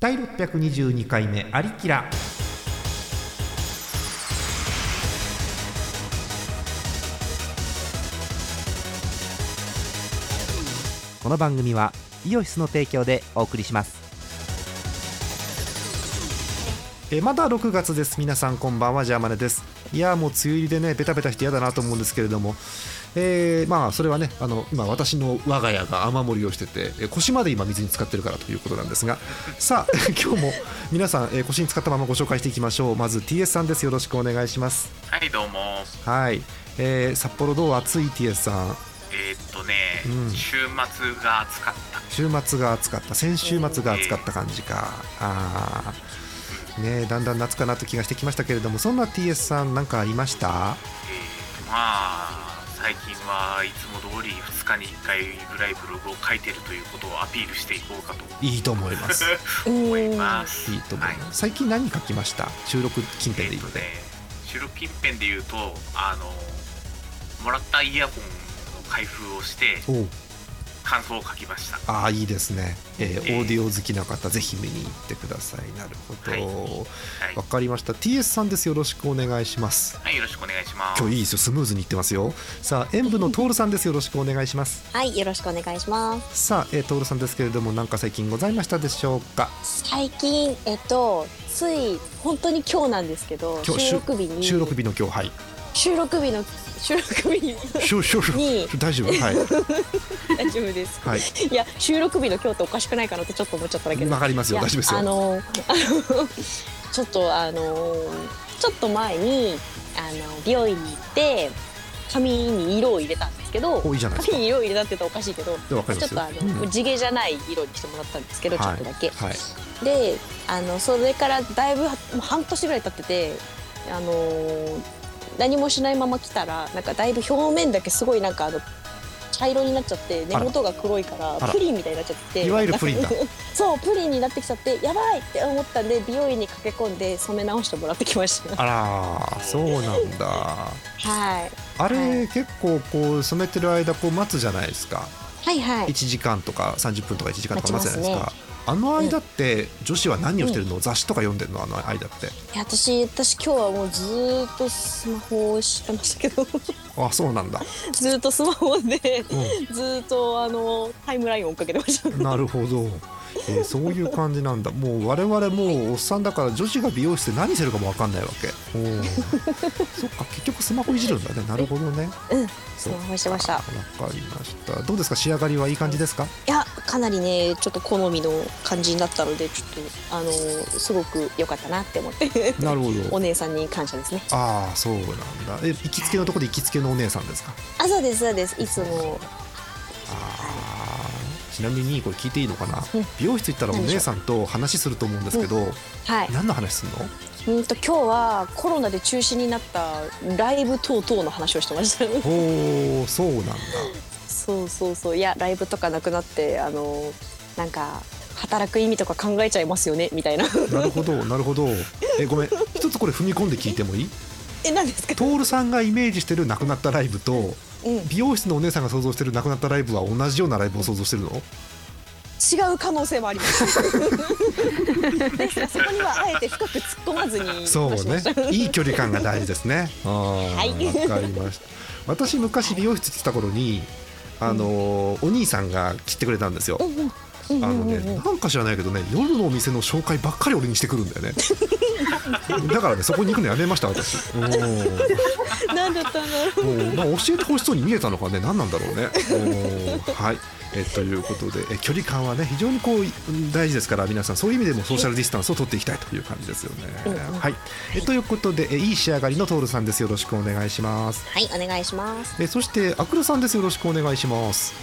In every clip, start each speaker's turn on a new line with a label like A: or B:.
A: 第622回目「アリキラ」この番組はイオシスの提供でお送りしますえーまだ6月です皆さんこんばんはジャーマネですいやーもう梅雨入りでねベタベタして嫌だなと思うんですけれどもえーまあそれはねあの今私の我が家が雨漏りをしててえー腰まで今水に浸かってるからということなんですがさあ 今日も皆さん、えー腰に浸かったままご紹介していきましょうまず TS さんですよろしくお願いします
B: はいどうも
A: はい、えー札幌どう暑い TS さん
B: えーっとね、
A: うん
B: 週末が暑かった
A: 週末が暑かった先週末が暑かった感じかあーねえだんだん夏かなと気がしてきましたけれどもそんな TS さんなんかありました
B: えーっとまあ最近はいつも通り2日に1回ぐらいブログを書いてるということをアピールしていこうかと
A: いいと思います
B: 思います
A: いいと思います、
B: はい
A: 最近何書きました収録近辺
B: え
A: でいい
B: ーっ
A: の
B: と
A: で
B: ね、収録近辺で言うとあのもらったイヤホンの開封をして
A: おう
B: 感想を書きました
A: ああいいですね、えー
B: えー
A: オーディオ好きな方ぜひ見に行ってくださいなるほ
B: はい
A: ど
B: はい
A: わ、、かりました TS さんですよろしくお願いします
B: はい、よろしくお願いします
A: 今日いいですよスムーズにいってますよさあ演舞のトールさんですよろしくお願いします
C: はい、よろしくお願いします。
A: さあ、えー、トールさんですけれども、なんか最近ございましたでしょうか。
C: 最近、えっと、つい、本当に今日なんですけど、
A: 今日
C: 収録日に、
A: 収録日の今日、 はい。
C: 収録日の、収録日に、
A: しゅしゅしゅ
C: に
A: 大丈夫、はい、
C: 大丈夫です。、
A: はい
C: や、収録日の今日っておかしくないかなってちょっと思っちゃっただけ
A: い、
C: で
A: わ
C: す。
A: かりますよ、
C: いや
A: 大丈夫ですよ。
C: あの、あの ちょっと、あの、ちょっと前に、あの、美容院に行って、髪に色を入れたんですけど、
A: おいいじゃないですか
C: 髪に色を入れたって言ったらおかしいけど、
A: でわかり
C: ち
A: ま
C: ょっ
A: す
C: と
A: よ。う
C: あ
A: ん
C: の、地毛じゃない色にしてもらったんですけど、ちょっとだけ。
A: はい、
C: であのそれからだいぶもう半年ぐらい経ってて、あのー何もしないまま来たらなんかだいぶ表面だけすごいなんかあの茶色になっちゃって根元が黒いから
A: あら
C: プリンみたいになっちゃって
A: いわゆるプリンだ
C: そうプリンになってきちゃってやばいって思ったんで美容院に駆け込んで染め直してもらってきました
A: あらー、そうなんだ。
C: はい
A: あれ、
C: は
A: 結構こう染めてる間、こう待つじゃないですか。
C: はいはい
A: 一時間とか、三十分とか、一時間とか待つじゃないですか。
C: 待
A: あの間って、女子は何をしてるの、雑誌とか読んでるの、あの間って。
C: いや私私今日はもうずーっとスマホをしてましたけど
A: あ、そうなんだ。
C: ずーっとスマホで
A: う
C: ずーっとあのタイムラインを追っかけてました
A: ん、なるほど。えーそういう感じなんだもう我々もうおっさんだから女子が美容室で何してるかも分かんないわけお ーそっか結局スマホいじるんだねなるほどね
C: スマホしてました
A: わかりましたどうですか仕上がりはいい感じですか
C: いやかなりねちょっと好みの感じになったのでちょっとあのすごく良かったなって思って
A: なるほ
C: お
A: ど
C: 姉さんに感謝ですね
A: ああそうなんだえ行きつけのとこで行きつけのお姉さんですか
C: あそうですそうですいつも
A: ああちなみにこれ聞いていいのかな
C: うん
A: 美容室行ったらお姉さんと話すると思うんですけど
C: はい
A: 何の話すんの
C: うんと今日はコロナで中止になったライブ等々の話をしてました
A: おおそうなんだ
C: そうそうそういやライブとかなくなってあのなんか働く意味とか考えちゃいますよねみたいな
A: なるほどなるほどえごめん一つこれ踏み込んで聞いてもいい
C: え何ですか
A: トールさんがイメージしてる亡くなったライブと
C: うん違
A: 美容室のお姉さんが想像してる亡くなったライブは同じようなライブを想像してるの
C: う可能性もあります ですがそこにはあえて深く突っ込まずに
A: そう
C: 話しま
A: ね
C: した
A: いい距離感が大事ですねは
C: はい
A: わかりました私昔美容室行ってた頃にあのーお兄さんが切ってくれたんですよ
C: う、んうんう
A: あ
C: ん
A: の
C: うんうん
A: ねなんか知らないけどね夜のお店の紹介ばっかり俺にしてくるんだ よねだからねそこに行くのやめました私うん
C: なんだったんだろう。
A: もうまあ、教えてほしそうに見えたのかね何なんだろう ね。おーはいえということでえ距離感はね非常にこううん大事ですから皆さんそういう意味でもソーシャルディスタンスを取っていきたいという感じですよね。
C: うんうん
A: はい、えということでえいい仕上がりのトールさんですよろしくお願いします。
C: はい、お願いします。
A: えそしてアクルさんですよろしくお願いします。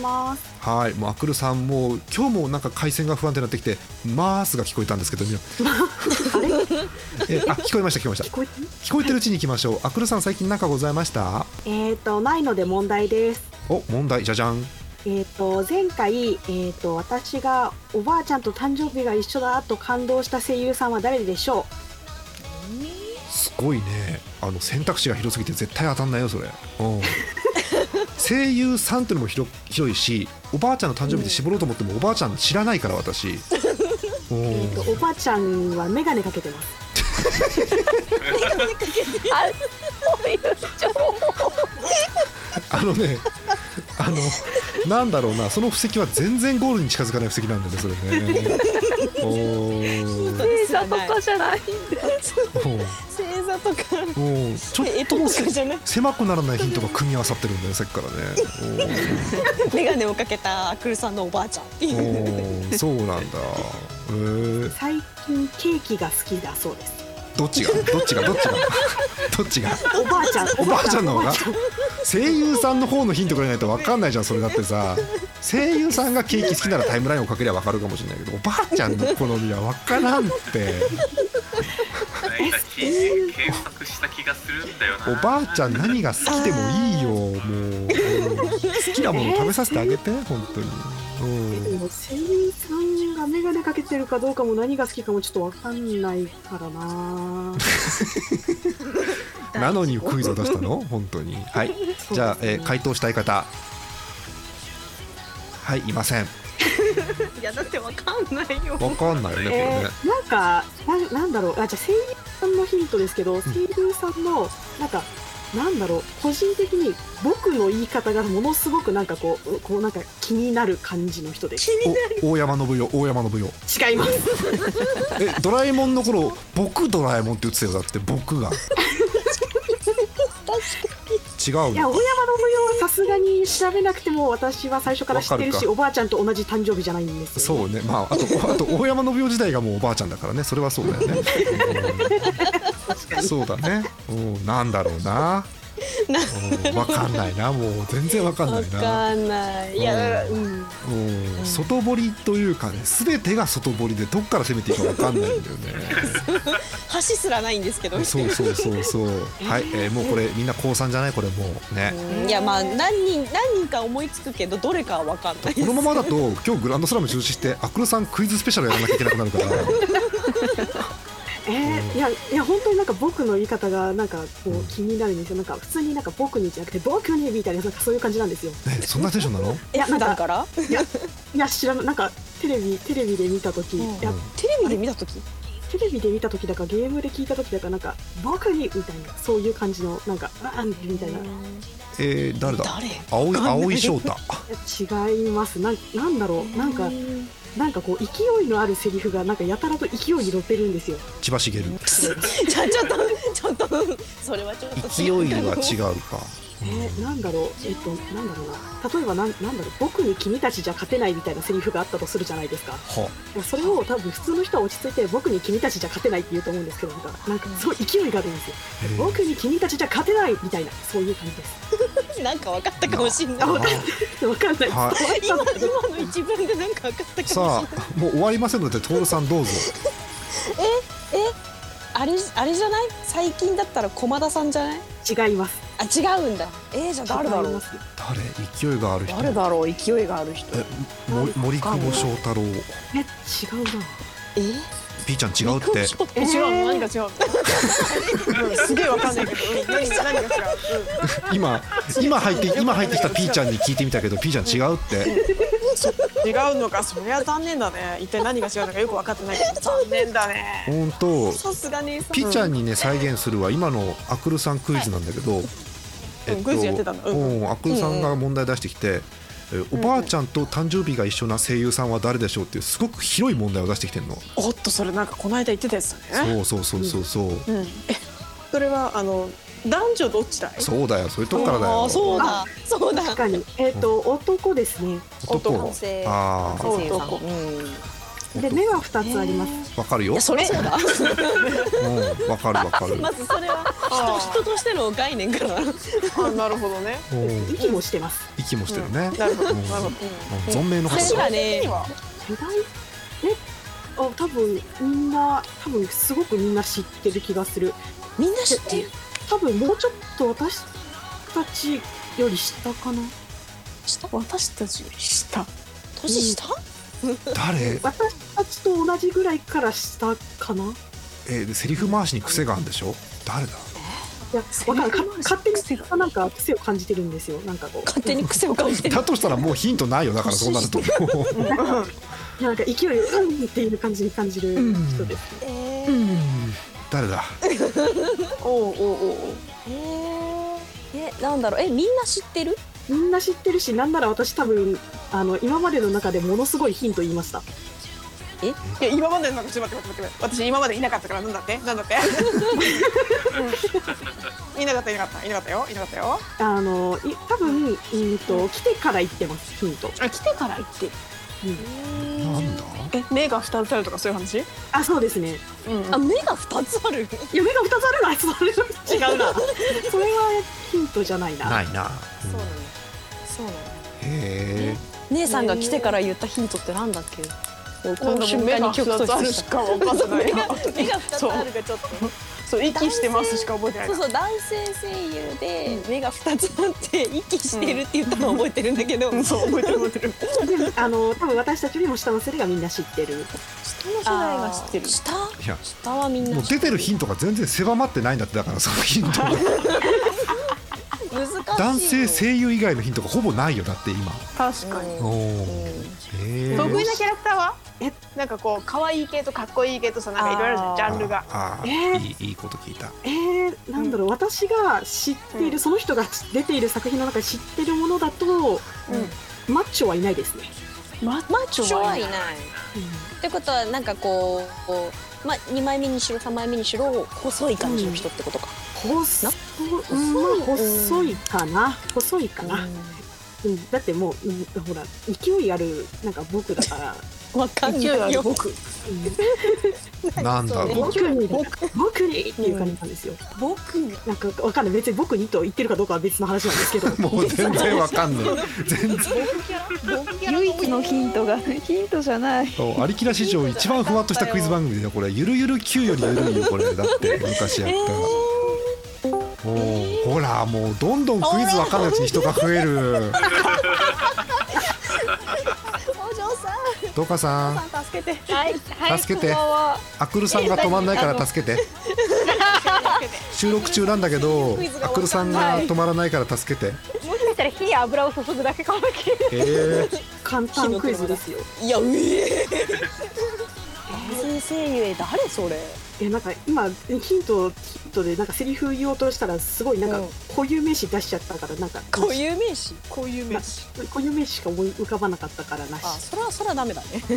C: ます。
A: はいもうアクルさんもう今日もなんか回線が不安定になってきてマースが聞こえたんですけど皆 えあ聞こえました聞こえました
D: こえ
A: 聞こえてるうちに行きましょうアクルさん最近何かございました
D: えっ、とないので問題です。
A: お問題じゃじゃん
D: えっ、と前回えっ、と私がおばあちゃんと誕生日が一緒だと感動した声優さんは誰でしょ
A: すごいねあの選択肢が広すぎて絶対当たんないよそれ、うん、声優さんっていうのも広広いしおばあちゃんの誕生日で絞ろうと思っても、おばあちゃん知らないから私お
D: え
A: ー
D: ーとおばあちゃんは眼鏡かけてます
C: あそういう情報
A: あのね、あの、なんだろうな、その布石は全然ゴールに近づかない布石なんだね、それね。おー
C: 星座とか
E: じゃないん
A: おー
C: 星座とか
A: おーちょっとも
C: 絵とかじゃない
A: 狭くならないヒントが組み合わさってるんだよ、さっきからね。
C: 眼鏡をかけたアクルさんのおばあちゃんって
A: お
C: い
A: ー
C: う
A: おーそうなんだ。えー、
D: 最近ケーキが好きだそうです
A: どっちが、どっちが、どっちが、どっちが。
D: おばあちゃん
A: おばあちゃんの方
D: おば
A: が
D: あちゃん
A: 声優さんの方のヒントくれないと分かんないじゃんそれだってさ声優さんがケーキ好きならタイムラインをかけりゃ分かるかもしれないけどおばあちゃんの好みは分からんって
B: なんか記事検索した気がするんだよな
A: おばあちゃん何が好きでもいいよもううん好きなもの食べさせてあげて本当に
D: でも声優さんが眼鏡かけてるかどうかも何が好きかもちょっとわかんないからな
A: うんなのにクイズを出したの本当にはいじゃあ、えー回答したい方はいいません
E: いやだってわかんないよ
A: 分かんないよねこれ
D: え
A: ね
D: ーなんかななんだろうあじゃあ声優さんのヒントですけど声優さんのなんかなんだろう個人的に僕の言い方がものすごくなんかこうこうなんか気になる感じの人です
A: お大山信代大山信代
D: 違います
A: えドラえもんの頃僕ドラえもんって言ってたよだって僕が違う
D: いや大山信代はさすがに調べなくても私は最初から知ってる
A: わか
D: し
A: るか
D: おばあちゃんと同じ誕生日じゃないんですよ、
A: そうねまああとあと大山信代時代がもうおばあちゃんだからねそれはそうだよね うんそうだねうんなんだろうなうんわかんないなもう全然わかんな
C: わ
A: いな
C: かんないいや
A: う
C: うん
A: うん外堀というかね全てが外堀でどっから攻めていいかわかんないんだよね
C: 橋すらないんですけど
A: そうそうそうそうはい、えーもうこれみんな高三じゃないこれもうね
C: いやまあ何人何人か思いつくけどどれかは分かんない
A: このままだと今日グランドスラム中止してアクロさんクイズスペシャルやらなきゃいけなくなる から
D: えーいやいや本当になんか僕の言い方がなんかこう気になるんですよなんか普通になんか僕にじゃなくて僕にみたいななんかそういう感じなんですよ
A: えそんなテンションなの
D: いやな
C: 普
D: ん
C: 段
D: か
C: から
D: いやいや知らないなんかテレビテレビで見た時、
C: うん
D: いや
C: テレビで見た 時
D: テレビで見た時だかゲームで聞いた時だかなんか僕にみたいなそういう感じのなんかあーみたいな
A: えー、誰だ
C: 誰
A: 青い青い翔太
D: いや違いますなんなんだろうなんかなんかこう勢いのあるセリフがなんかやたらと勢いに乗ってるんですよ
A: 千葉茂
C: じゃあちょっとちょっとそれはちょっと
A: 勢いは違うか
D: えー、なんだろう、えっと、なんだろうな、例えばなん、なんだろう、僕に君たちじゃ勝てないみたいなセリフがあったとするじゃないですか。
A: は
D: それを多分普通の人は落ち着いて、僕に君たちじゃ勝てないって言うと思うんですけど、なんか、なんか、そう勢いがあるんですよ。
A: えー
D: 僕に君たちじゃ勝てないみたいな、そういう感じで す。
C: なんか分かったかもしんない
D: あ、わかんない。わかんない。
A: は
C: 今今の一文でなんか分かったかもしんない
A: さあもう終わりませんので徹さんどうぞ
C: あれあれじゃない最近だったら駒田さんじゃない
D: 違います。
C: あ違うんだえー、じゃあ誰だろ
D: 違いうます
A: 誰勢いがある人
C: 誰だろう勢いがある人
A: えも森久保祥太郎
D: え、違うな。
C: え
A: P ちゃん違うって
D: えー
E: 違う何が違ううんすげえわかんな いけどうん何が何が違う
A: 今今入って今入ってきた P ちゃんに聞いてみたけど P ちゃん違うって
E: うん違うのかそりゃ残念だね一体何が違うのかよく分かってないけど残念だね
A: 本当
C: さすが姉さん
A: P ちゃんにね再現するは今のアクルさんクイズなんだけど、
E: クイズやってたんだう
A: うん、アクルさんが問題出してきて、えおばあちゃんと誕生日が一緒な声優さんは誰でしょうっていうすごく広い問題を出してきてるの、
E: おっとそれなんかこの間言ってたやつだね
A: そうそうそうそうそう、
E: うんえそれはあの男女どっちだい
A: そうだよそういうとこからだ
C: あ
A: よ
C: ーそうだそうだ
D: 確かに。えっ、と、男ですね。
A: 男
C: 男性
A: ああ
E: そう
C: 男性さん
E: 男
C: うんい
D: で、目は二つあります。
A: わかるよ
C: やそれそうだ
A: うんわかるわかる、
C: まずそれは
E: あー
C: 人人としての概念から
E: あなるほどね
A: うん、
D: 息もしてます。
A: 息もしてるね、
E: なるほど
A: う
E: なるほど
A: ん存命の方
C: 橋がね
D: 世代えあ多分みんな多分すごくみんな知ってる気がする
C: みんな知ってる
D: 多分もうちょっと私たちより下かな
C: 下
E: 私たちより下
C: 年下
A: 誰
D: 私たちと同じぐらいから下かな
A: えーセリフ回しに癖があるんでしょ誰だ
D: いや、わかんないか勝手になんか癖を感じてるんですよ。なんかこう。
C: 勝手に癖を感じてる
A: だとしたらもうヒントないよだからそうなるともう
D: いやなんか勢いをうんっていう感じに感じる人です、ね
C: え
A: う
C: ー、
A: ん誰だ
E: おうおうおう
C: えー、えなんだろうえみんな知ってる
D: みんな知ってるし、なんなら私多分あの今までの中でものすごいヒント言いました。
E: おういや今までのなんかちょっと待って待って待って私今までいなかったからなんだってなんだって うんいなかったいなかったいなかったよいなかったよ
D: あのい多分うんと来てから言ってますヒント。
E: あ来てから行って
A: なんだ
E: え目が二つあるとかそういう話
D: あ、そうですね。
E: うん
C: あ目が二つある
D: 夢が二つあるな、それは違うな。 それはヒントじゃないな。
A: ないな
C: そう
A: うん
C: なん
A: へ
C: だそうなん
A: え
C: だ姉さんが来てから言ったヒントってなんだっけこ
E: 今
C: の
E: 度
C: 瞬
E: 目
C: 間
E: が
C: に曲
E: 2
C: と
E: つあるしか分かんない
C: 目が
E: な
C: 二つあるがちょっと
E: そう息してますしか覚えてない
C: そう
E: な
C: そう男性声優で目が二つあって息してるって言ったのを覚えてるんだけど、
E: うんそう覚えてる覚えてる
D: であの多分私たちよりも下の世代がみんな知ってる。
E: 人の世代が
C: あ
E: 知
C: ー
E: ってる
C: 下
A: いや
C: 下はみん
A: もう
C: な
A: 出てるヒントが全然狭まってないんだってだからそのヒントが
C: 難しいよ
A: 男性声優以外のヒントがほぼないよだって今
E: 確
A: おおへえ
E: 得意なキャラクターはえなんかこう可愛い系とかっこいい系とさなんかいろいろあるじゃんジャンルが
A: ああ、
D: えー
A: いいいいこと聞いた
D: えー、なんだろう、私が知っている、
E: うん
D: その人が出ている作品の中で知ってるものだと、マッチョはいないですね。
E: マッチ
C: 昭
E: ョは
C: 和
E: い
C: い
E: な
C: ないいってことはなんかこうこうまあ二枚目にしろ三枚目にしろ細い感じの人ってことか、
D: 細
C: な
D: うんまあ
C: 細い
D: 細いかな、細いかな、うんだってもう、うんほら勢いあるなんか僕だから、
C: わかんないよ
E: 僕
A: なんだろう
D: 僕に僕にっていう感じなんですよ、
C: 僕に
D: なんかわかんない別に僕にと言ってるかどうかは別の話なんですけど
A: もう全然わかんない全然
F: 唯一のヒントがヒントじゃない
A: そうありきら史上一番ふわっとしたクイズ番組だよこれゆるゆる Q よりゆるいよこれだって昔やったら、おーほらもうどんどんクイズわかんないうちに人が増える
C: お嬢さ
A: どかさ
C: ん助けて
F: はいはい
A: 助け
F: こ
A: て
F: んばんは
A: んアクルさんが止まんないから助けて収録中なんだけ どアクルさんが止まらないから助けて
F: もしかしたら火に油を注ぐだけかもしれない
A: えー、
D: 簡単クイズですよ
C: いやうえ男性声優え誰それ
D: えなんか今ヒントヒントでなんかセリフ言おうとしたらすごいなんか
C: うん
D: 固有名詞出しちゃったからなんか
C: 固有名詞
E: こういう名詞
D: 固有名詞しか思い浮かばなかったからなし
C: あそれはそれはダメだねそ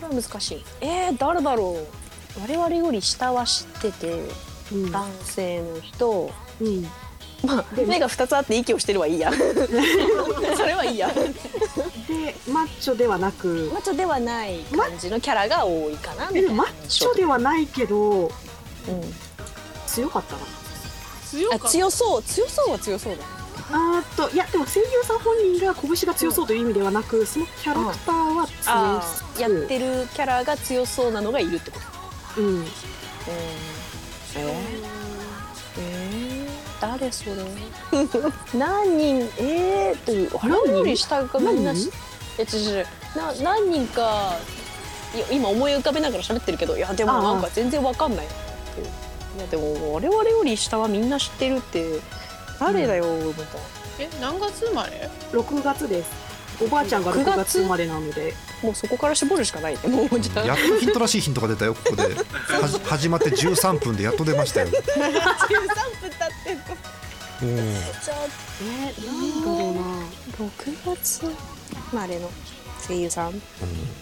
C: れは難しいえー、誰だろう我々より下は知ってて
D: うん、
C: 男性の人
D: うん、
C: まあ 目が2つあって息をしてるはいいや それ はいいや
D: でマッチョではなく
C: マッチョではない感じのキャラが多いかなみた
D: え
C: い
D: で
C: な
D: もマッチョではないけど
C: うん
D: 強かったな
E: 強
C: あ強そう強そうは強そうだ
D: あーっといやでも声優さん本人が拳が強そうという意味ではなくそのキャラクターは強そう
C: やってるキャラが強そうなのがいるってこと
D: うん
C: えー、えー、誰それ 何人えー、というあれ
D: 何人
C: より下がみんな
D: 何
C: しえ違う違う違うな何人かいや今思い浮かべながら喋ってるけどいやでもなんか全然わかんないいやでも我々より下はみんな知ってるって誰だよみたいな。
E: え何月生まれ
D: 6月ですおばあちゃんが6
C: 6月
D: 月生まれなので
C: もうそこから絞るしかないね。もうじゃ
A: やっとヒントらしいヒントが出たよここではじ始まって13分でやっと出ましたよ
C: 分経って
A: おー
C: ちゃ
D: えー、なんだろうな
C: 六月生まれの声優さん。
A: うん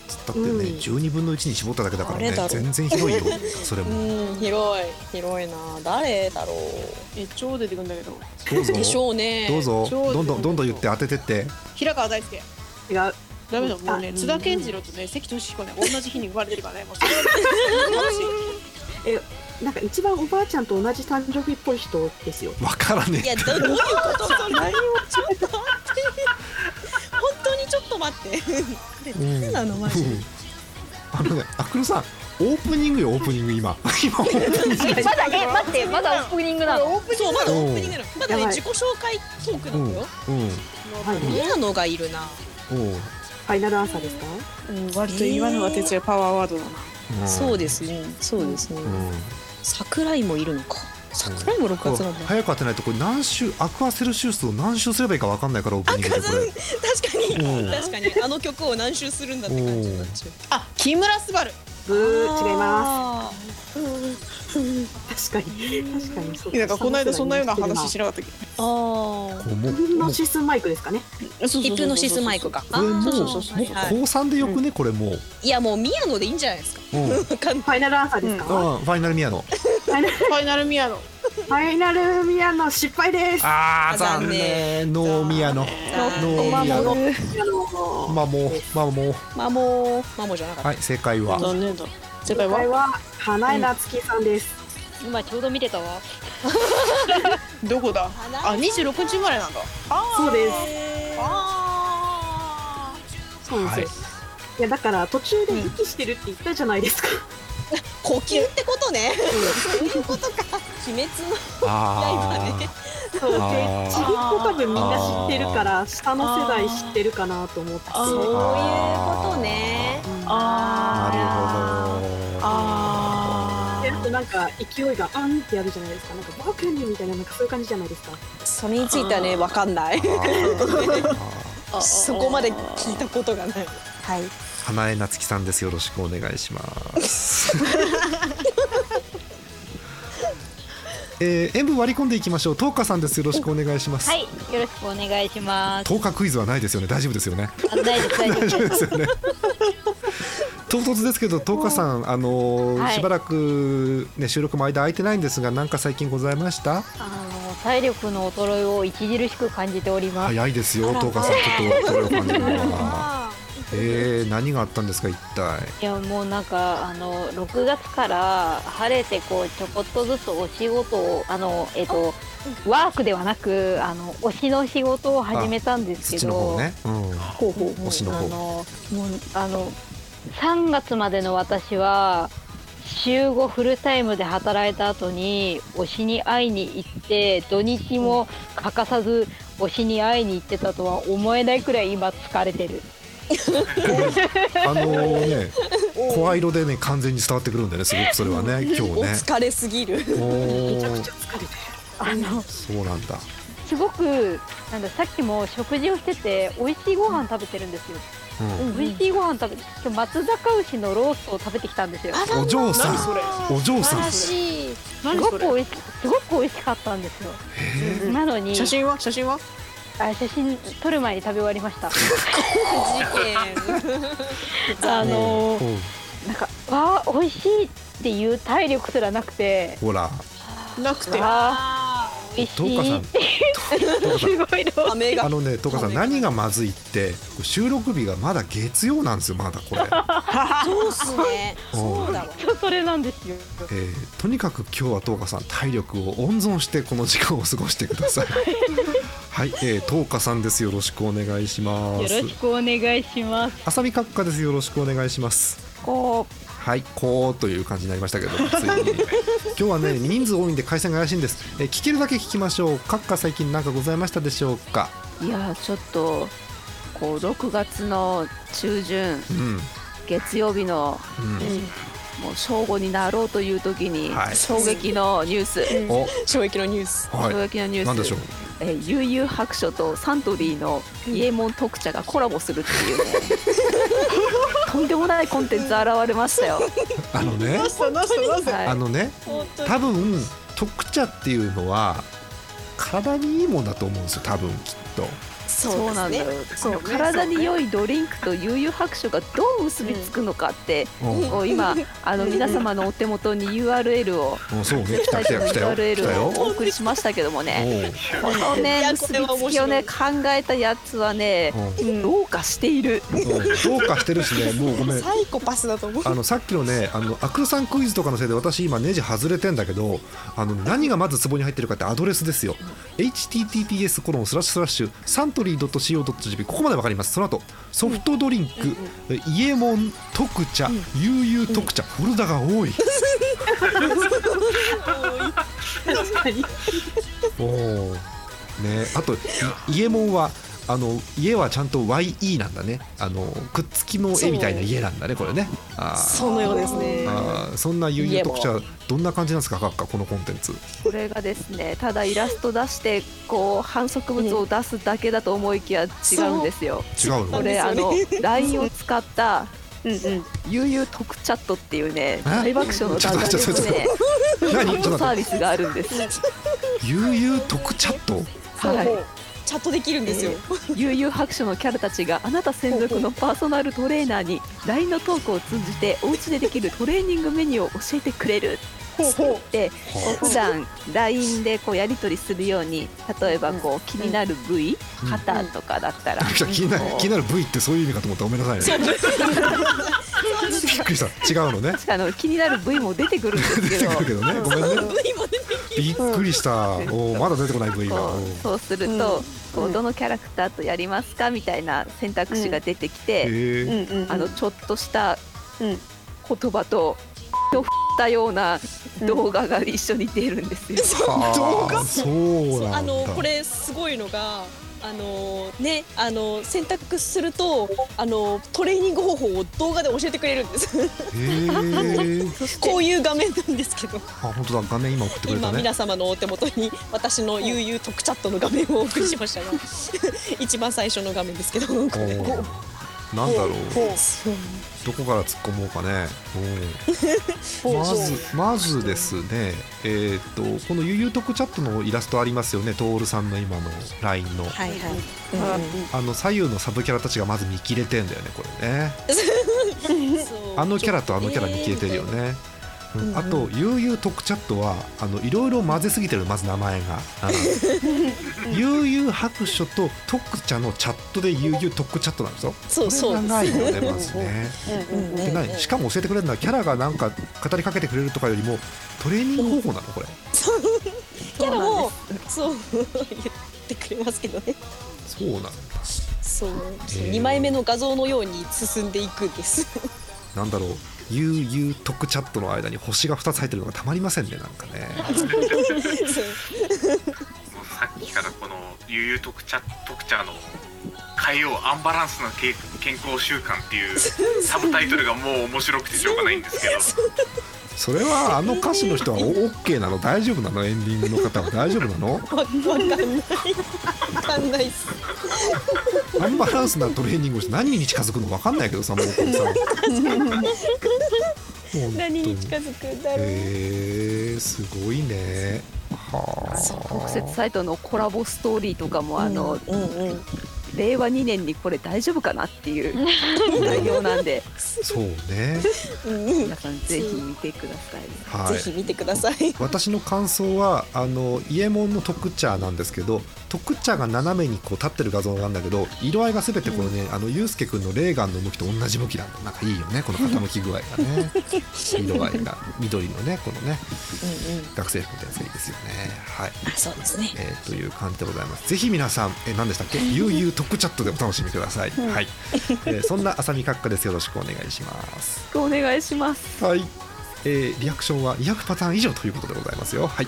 A: つったってね、
D: うん
A: 12分の1に絞っただけだから
C: あ
A: ね
C: れだろ
A: 全然広いよそれ
C: う
A: も
C: ん広い広いな。誰だろ
E: え超出てくんだけど
A: どう
C: う。でし
A: ぞ
C: ょうね。
A: どうぞ
E: 上手
A: どんどんどんどん言って当ててって
E: 平川大輔
D: 違う
E: ダメだもうね
D: あ
E: 津田健次郎とね関俊彦ね同じ日に生まれてるからねもう それはね
D: なんか一番おばあちゃんと同じ誕生日っぽい人ですよ。
A: わからね
C: いやどどういうことそれ。何をちょっと待って。本当にちょっと待って。
A: え、うん
C: 誰なのマジで。
A: うんあのねあくるさんオープニングよオープニング 今今オープニング
F: まだえ待ってまだオープニングなの
C: そうまだオープニングなの。まだね
D: やばい
C: 自己紹介トークなんだよ。
A: うん
D: はい、
C: ミラノがいるな。
A: うんおう
D: ファイナルアンサーですか。
E: うん割と今のは哲也パワーワードだな
A: うん
C: そうですね。そうですね。
A: うん
C: 桜井もいるのか。
A: 3
C: これも6月なんだ
A: 早く当てないとこれ何周アクアセルシウスを何周すればいいか分かんないからオープニングでこれ
C: 確か
A: う
C: に
A: ん
C: 確かにあの曲を何周するんだって感じになっちゃう
E: あ、木村昴。
D: ブー違います
C: あ
D: す確かに確かにそう
E: なんかこの間そんなような話しなかったっけ
C: ーあ
A: こうもう
D: ヒプ
A: も
D: ノ
A: う
D: シスマイクですかね
E: そうそうそうそう
C: ヒプノシスマイクか
A: これもう
C: あー
A: もう高
C: はい
A: 3でよくねこれもう
C: いやもう宮野でいいんじゃないですか
A: うんうん
C: わかんない
D: ファイナルアンサーです
A: フ
D: か、
A: ァイナルミアの
D: ファイナル
E: ファイナルミアの。
D: ファイナルミアの失敗です
A: あー
C: あ
A: 残
C: 残
A: 念
C: 念
A: ノーミアのノーミアの
F: 守
D: あの
A: マモマモ
C: マモマモじゃなかった
A: はい正解は
E: 残念だ。世界
D: 今回
E: は
D: は花江夏樹さんです、
G: 今ちょうど見てたわ
E: どこだ。あ、二十六日生まれなんだ。
D: そうです
E: あ
D: そうなん
A: は
D: で
A: い
D: すよ、い、やだから途中で息してるって言ったじゃないですか、
C: 呼吸ってことねそういうことか鬼滅の
A: あー
D: そうで
A: あー
D: ちびっこ多分みんな知ってるから下の世代知ってるかなと思って
E: あ
C: そう
E: ー
C: いうことね
D: う
A: な
D: ん
A: るほ
E: あ
A: ど
E: あ
D: であとなんか勢いがあんってやるじゃないですかなんかバーケンみたいななんかそういう感じじゃないですか
C: それについてはねわかんない
E: あー
C: そこまで聞いたことがないはい
A: 花江夏樹さんですよろしくお願いします。えー、塩分割り込んでいきましょう。トーカさんですよろしくお願いします。
G: はいよろしくお願いします
A: トーカクイズはないですよね。大丈夫ですよね。
G: あ大丈夫大丈夫
A: 大丈夫ですよね。唐突ですけど、トーカさん、あのー
G: はい
A: しばらくね収録も間空いてないんですが、なんか最近ございました？
G: あの体力の衰えを著しく感じております、
A: 早いですよ、トーカさん。ちょっとこれを感じるな。えー、何があったんですか一体？
G: いやもうなんかあの6月から晴れてこうちょこっとずつお仕事をあのえっ、とワークではなくあの推しの仕事を始めたんですけ
A: 土の
G: ど
A: 方ね。うん。
G: ほうほう
A: 推しの方
G: あのもうあの3月までの私は週5フルタイムで働いた後に推しに会いに行って土日も欠かさず推しに会いに行ってたとは思えないくらい今疲れてる
A: あのね、声色でね完全に伝わってくるんだよね、すごくそれはね、今
C: お
A: 日
C: 疲れすぎる
A: ね。お
D: めちゃく
A: ー
D: ちゃ疲れてる
G: あの
A: そうなんだ。
G: すごくなんださっきも食事をしてて美味しいご飯食べてるんですよ、
A: うん
G: 美味しいご飯食べ今日松坂牛のローストを食べてきたんですよ
C: あら
A: お嬢さ
E: 何それ
A: ん、お嬢さ
C: 素晴ら
A: ん。
C: しい
G: す
E: 何
G: ご
E: そ
G: く
E: れ。
G: 美味しすごく美味しかったんですよなのに
E: 写真は写真は。
G: あ写真撮る前に食べ終わりました
C: 事件
G: あの
A: うん
G: なんか「わあ美味しい」っていう体力すらなくて
A: ほら、
E: なく
G: 「
E: て。
G: わあ美味し
A: トーカ
G: い」
A: さ
G: っ
A: ん
G: て
A: ト
G: す
A: ー
G: ごいの
C: ため
A: カさん。
C: が
A: あのね、トーカさん、何がまずいって、収録日がまだ月曜なんですよ、まだこれ。
C: そうっすねそうだわ
G: そうそれなんですよ
A: えーとにかく今日はトーカさん、体力を温存して、この時間を過ごしてください。はい、えー、トーカさんです。よろしくお願いし
G: よ
A: ま
G: ろ
A: す。
G: しくお願いします
A: 浅見閣下です。よろしくお願いします。
G: こ
A: はい、こうという感じになりましたけど、ついに今日はね、人数多いんで回線が怪しいんです。えー聞けるだけ聞きましょう。各家最近なんかございましたでしょうか。
H: いやちょっとこう6月の中旬
A: うん、うん、
H: 月曜日のもう正午になろうという時に
A: はい
H: 衝撃のニュース、
A: お、
C: 衝撃のニュース
A: は
H: 衝
A: い、
H: 撃のニュース
A: なんでしょう。
H: えー悠々白書とサントリーの伊右衛門特茶がコラボするっていうね とんでもないコンテンツ現れましたよ、
A: あのね
E: な、したなしたなした。
H: はい
A: あのね、
C: 本当
A: 多分特茶っていうのは体にいいもんだと思うんですよ。多分きっと。
H: そうなんだよそう体に良いドリンクと悠々白書がどう結びつくのかって、
A: うん
H: こう今あの皆様のお手元に URL を
A: うん、 そうね、来た
H: 最
A: 来た
H: 初
A: よ
H: の
A: 来たよ来た
H: URL
A: よ。
H: をお送りしましたけども
A: お
H: ね、
A: う
H: このね
C: いや
H: 結びつきをね考えたやつはね、
A: う
H: どうかしている。
A: うん、どうかしてるしね、もうごめ ん。
C: サイコパスだと思う
A: あのさっきのねあのアクロさんクイズとかのせいで私今ネジ外れてんだけどあの何がまず壺に入ってるかってアドレスですよ https コロンスラッシュスラッシュサントリー .co.jp ここまでわかりますその後ソフトドリンク、イエモン特茶、悠々特茶、フォルダが多い
D: 確かに
A: おーねあといイエモンはあの家はちゃんと YE なんだねあのくっつきの絵みたいな家なんだねこれねあー
C: そのようですね
A: あーそんな悠々特茶どんな感じなんですか閣下このコンテンツ
H: これがですねただイラスト出してこう反則物を出すだけだと思いきや違うんですよ。
A: 違う
H: こ
A: の
H: れあの LINE を使った
G: うんうん。
H: 悠々特チャットっていうね
A: え
H: 大爆笑の
A: ちょっ
H: 団
A: と
H: 体
A: 待って
H: ですね
A: 何ちょっと
H: のサー
A: 待って
H: ビスがあるんです。
A: 悠々特チャット
C: そう、
H: はい
C: チャットできるんですよ、
H: 悠々白書のキャラたちがあなた専属のパーソナルトレーナーに LINE のトークを通じてお家でできるトレーニングメニューを教えてくれるって普段 LINE でこうやり取りするように例えばこう気になる部位
A: うん
H: 肩とかだったら
A: 気になる気になる部位ってそういう意味かと思ったごめんなさい ねびっくりした違うのね
H: 確かあの気になる部位も出てくるんです
A: 出
H: け
A: て
H: ど
A: くるけどねごめんねびっくりしたおーまだ出てこない部位が
H: こ
A: お
H: う
A: ー
H: そうするとこうどのキャラクターとやりますかみたいな選択肢が出てきて。
A: へー
E: うんうん
H: あのちょっとした
E: うん
H: 言葉と、の振ったような動画が一緒に出るんですよ。
A: はあそう
C: そう
A: な
C: あ
A: ん
C: の
A: だ
C: これすごいのがあのねあの選択するとあのトレーニング方法を動画で教えてくれるんです
A: へえ
C: こういう画面なんですけど
A: あ本当だ画面今送ってくれ
C: 今
A: たね
C: 皆様のお手元に私の悠々特チャットの画面をお送りしましたが 一番最初の画面ですけどこ
A: お
C: れ
A: ーなんだろう
C: そう
A: どこから突っ込もうかねおーまずまずですねえーっとこの「ゆゆとくチャット」のイラストありますよねトールさんの今の LINE の
C: はいはい、
A: あの左右のサブキャラたちがまず見切れてんだよねこれね
C: そう
A: あのキャラとあのキャラ見切れてるよね。うん、あと「悠々特チャットは」あのいろいろ混ぜすぎてるまず名前が「悠々白書」と「特茶」のチャットで「悠々特チャット」なんですよ。
C: そうそう
A: これ長いよねまずね。で何しかも教えてくれるのはキャラがなんか語りかけてくれるとかよりもトレーニング方法なのこれ。
C: キャラもそう言ってくれますけどね
A: そうなの
C: そう
A: へー
C: 2枚目の画像のように進んでいくん です
A: なんだろう「悠々特チャット」の間に星が2つ入ってるのがたまりませんねなんかね。
B: もうさっきからこの悠々特茶特茶の変えようアンバランスなけ健康習慣っていうサブタイトルがもう面白くてしょうがないんですけど
A: それはあの歌手の人はオッケーなの大丈夫なのエンディングの方は大丈夫な の
C: わわかんないわかんないっす
A: アンバランスなトレーニングをして何に近づくの分かんないけどさもうこれさ
C: 何に近づくんだろう、
A: へえすごいねは
H: 特設
A: あ
H: サイトのコラボストーリーとかもあの、
C: うんうん
H: 令和2年にこれ大丈夫かなっていう内容なんで
A: そうね
C: うんうん
H: 皆さんぜひ見てください。
A: は
C: ぜ
A: い
C: ひ見てください
A: 私の感想はあの伊右衛門の特茶なんですけど特茶が斜めにこう立ってる画像なんだけど色合いが全てこのね、あのユースケ君のレーガンの向きと同じ向きなんだなんかいいよねこの傾き具合がね色合いが緑のねこのね学生服みたいなやつがいいですよねはい、
C: あそうですね
A: えーという感じでございますぜひ皆さん、えー、何でしたっけ 悠々特チャットでお楽しみください、はい、えーそんな浅見閣下ですよろしくお願いします
H: お願いします。
A: はい、えーリアクションは200パターン以上ということでございますよ。 はい。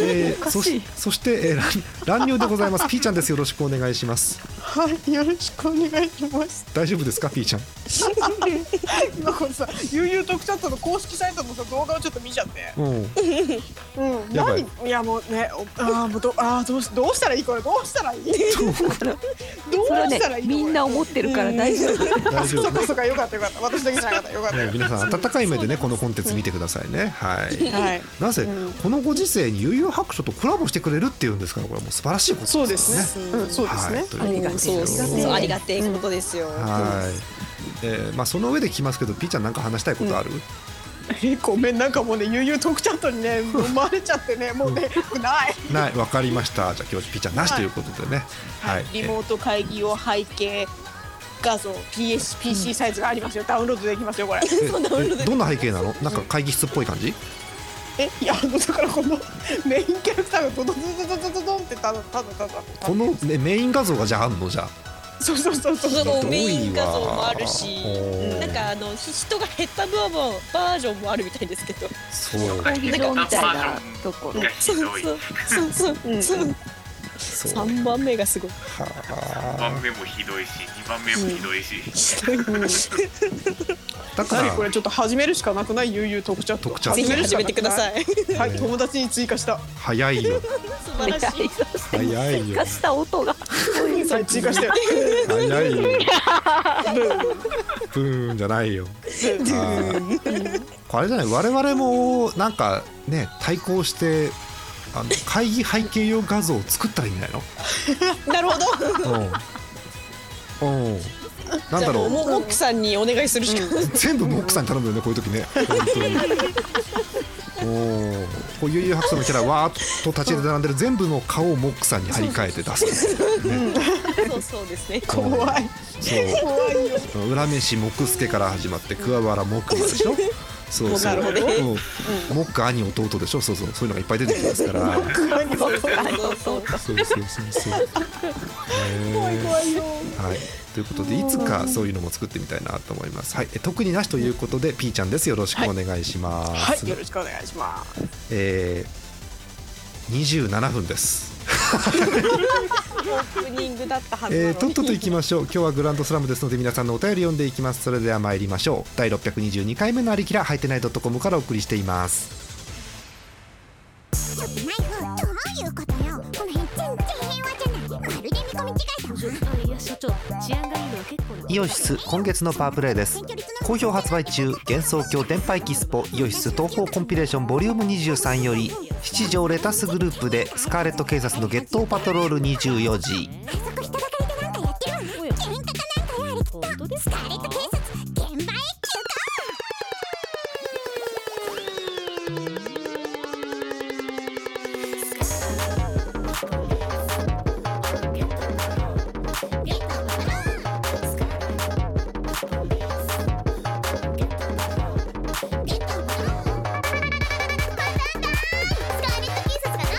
A: えー、そしそして、えー乱乱入でございます。ピーちゃんです。よろしくお願いします。
E: はい、よろしくお願いします。
A: 大丈夫ですか、ピーちゃん。
E: 今これさ、悠々特チャットの公式サイトのさ動画をちょっと見ちゃって。
A: うん。
E: うん
A: やばい
E: 何いやもうね、おああもうどああどうしどうしたらいいこれどうしたらいい。どう
H: それは
E: したら
H: ね
E: いい。
H: みんな思ってるから大丈夫。
A: 大丈
E: そ
A: 夫
E: っ。かそっかよかったよかった私だけじゃなかったよかった
A: ね
E: よ、
A: 皆さん温かい目でねこのコンテンツ見てくださいね。はい。
E: はい
A: なぜ、このご時世に悠々白書とコラボしてくれるっていうんですからこれはもう素晴らしいことです
E: そうです
A: ね。
E: ね、うん、そうですね、
A: はい。ということです
C: そ
A: よ
C: うそうありがてえことですよ、
A: はい。えーまあその上で聞きますけど、ピーちゃんなんか話したいことある？
E: えごめんなんかもうね悠々トークチャットにね飲まれちゃってねもうねない
A: ない、わかりました。じゃあ今日ピーちゃんなしということでね。はい。
E: リモート会議用背景画像 PSPC サイズがありますよダウンロードできますよこれ
A: ええどんな背景なのなんか会議室っぽい感じ
E: えいやあのだからこのメインキャラクターがドドドドドドドンってただただただ
A: この、ね、メイン画像がじゃああんのじゃあ
E: そうそうそうそう
C: そ
A: ひ
C: の
A: どいわ
C: メイン画像もあるし
A: おー
C: なんかあのひ人が減った部分もバージョンもあるみたいですけ ど
A: そう
H: 講義場みたいなところ
B: がひどい
C: そうそうそうそう、そう
A: そう
C: 3番目がすごい
B: 1
A: は
B: 番目もひどいし2番目もひどいし、
A: あだか
E: 何こ
A: ら
E: れちょっと始めるしかなくない悠々特茶って
A: 特茶
C: ぜひ
A: る
C: 始めてくだ
E: い
C: さい
E: はい友達に追加した
A: 早いよ
C: 素晴らしい
A: 早いよ
H: 化した音が
E: はい追加して
A: 早いよ
E: ブーン
A: ブーンじゃないよ
E: ブーン
A: はいこれじゃない我々もなんかね対抗してあの会議背景用画像を作ったらいいんじゃ
C: なるほど
A: ないのうんうんなん
C: じ
A: だ
C: ゃあも
A: ろ
C: う
A: う
C: モモックさんにお願いするしかない
A: 全部モックさんに頼むよねこういう時ね本当におおこう悠々白書のキャラわーっと立ち並んでる全部の顔をモックさんに張り替えて出す
C: そうそうですね
A: 怖いそう裏飯木助から始まって桑原木まででしょそうそう
E: なるほど
A: うんモック兄弟でしょそうそうそういうのがいっぱい出てきますから
C: そうそう
A: そうそうそうそう。怖い怖いよ。はい。ということでいつかそういうのも作ってみたいなと思います。はい。え特になしということでピーちゃんです。よろしくお願いします。
E: はいよろしくお願いします
A: え二十七分です。
C: オープニングだったはずなの
A: えー
C: に
A: とっとと行きましょう今日はグランドスラムですので皆さんのお便り読んでいきますそれでは参りましょう第622回目のありきらはいてない .com からお送りしています
I: ナイフどういうことよこの辺全然平和じゃないまるで見込み違いだわいや所長治安がいいのは結構な
A: イオシス今月のパワープレイです好評発売中幻想郷天杯キスポイオシス東方コンピレーションボリューム23より七条レタスグループでスカーレット警察のゲットーパトロール24時
I: あそこ人だかりでなんかやってるわ喧嘩かなんかやあれきっとスカーレット警察現場へスカーレット警察がなん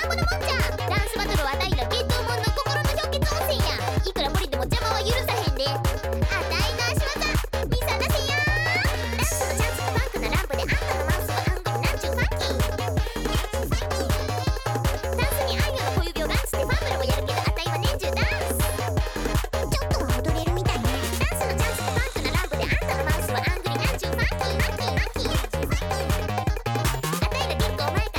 I: ぼのもんじゃダンスバトルはあたいらゲットモンの心の氷結温泉やいくら無理でも邪魔は許さへんであたいが足技見さらせやダンスのチャンスはパンクなランプであんたのマウスはアングルなんちゅうファンキーダンスに愛の小指をランチでファンブルもやるけどあたいは年中ダンスちょっとは踊れるみたいねダンスのチャンスはパンクなランプであんたのマウスはアングルなんちゅうファンキーファンキーファンキーファンキーあたいら結構前からここではよろしくやって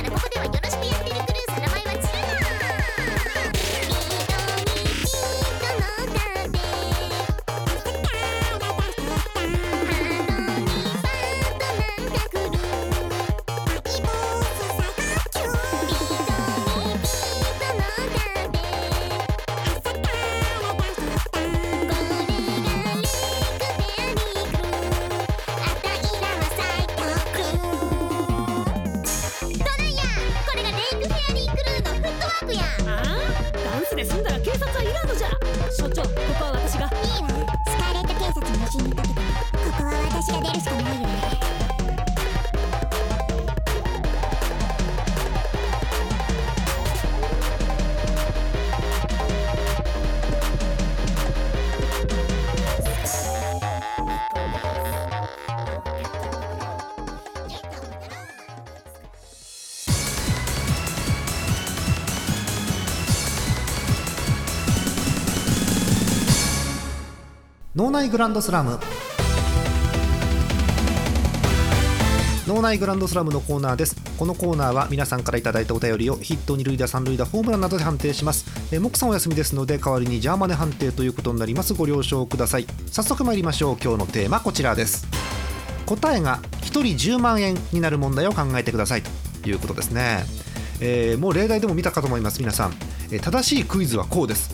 I: るクルーズ名前はチルダーみんなでダンスを踊ろうだべハロにパートナーが来るハイボーズサガキュービートにビートのだべ朝からダンスしたこれがリークベアリークあたいらは最強クルーどないやこれがレイクフェアリークルーのフットワークや
J: ダンスで済んだら警察はいらんのじゃ所長ここは私が
I: いいわスカーレット警察に死にかけたらここは私が出るしかないよね
A: 脳内グランドスラム脳内グランドスラムのコーナーですこのコーナーは皆さんからいただいたお便りをヒット二塁打三塁打ホームランなどで判定しますえーモックさんお休みですので代わりにジャーマネ判定ということになりますご了承ください早速参りましょう今日のテーマこちらです答えが1人10万円になる問題を考えてくださいということですね、えーもう例題でも見たかと思います皆さん、えー正しいクイズはこうです、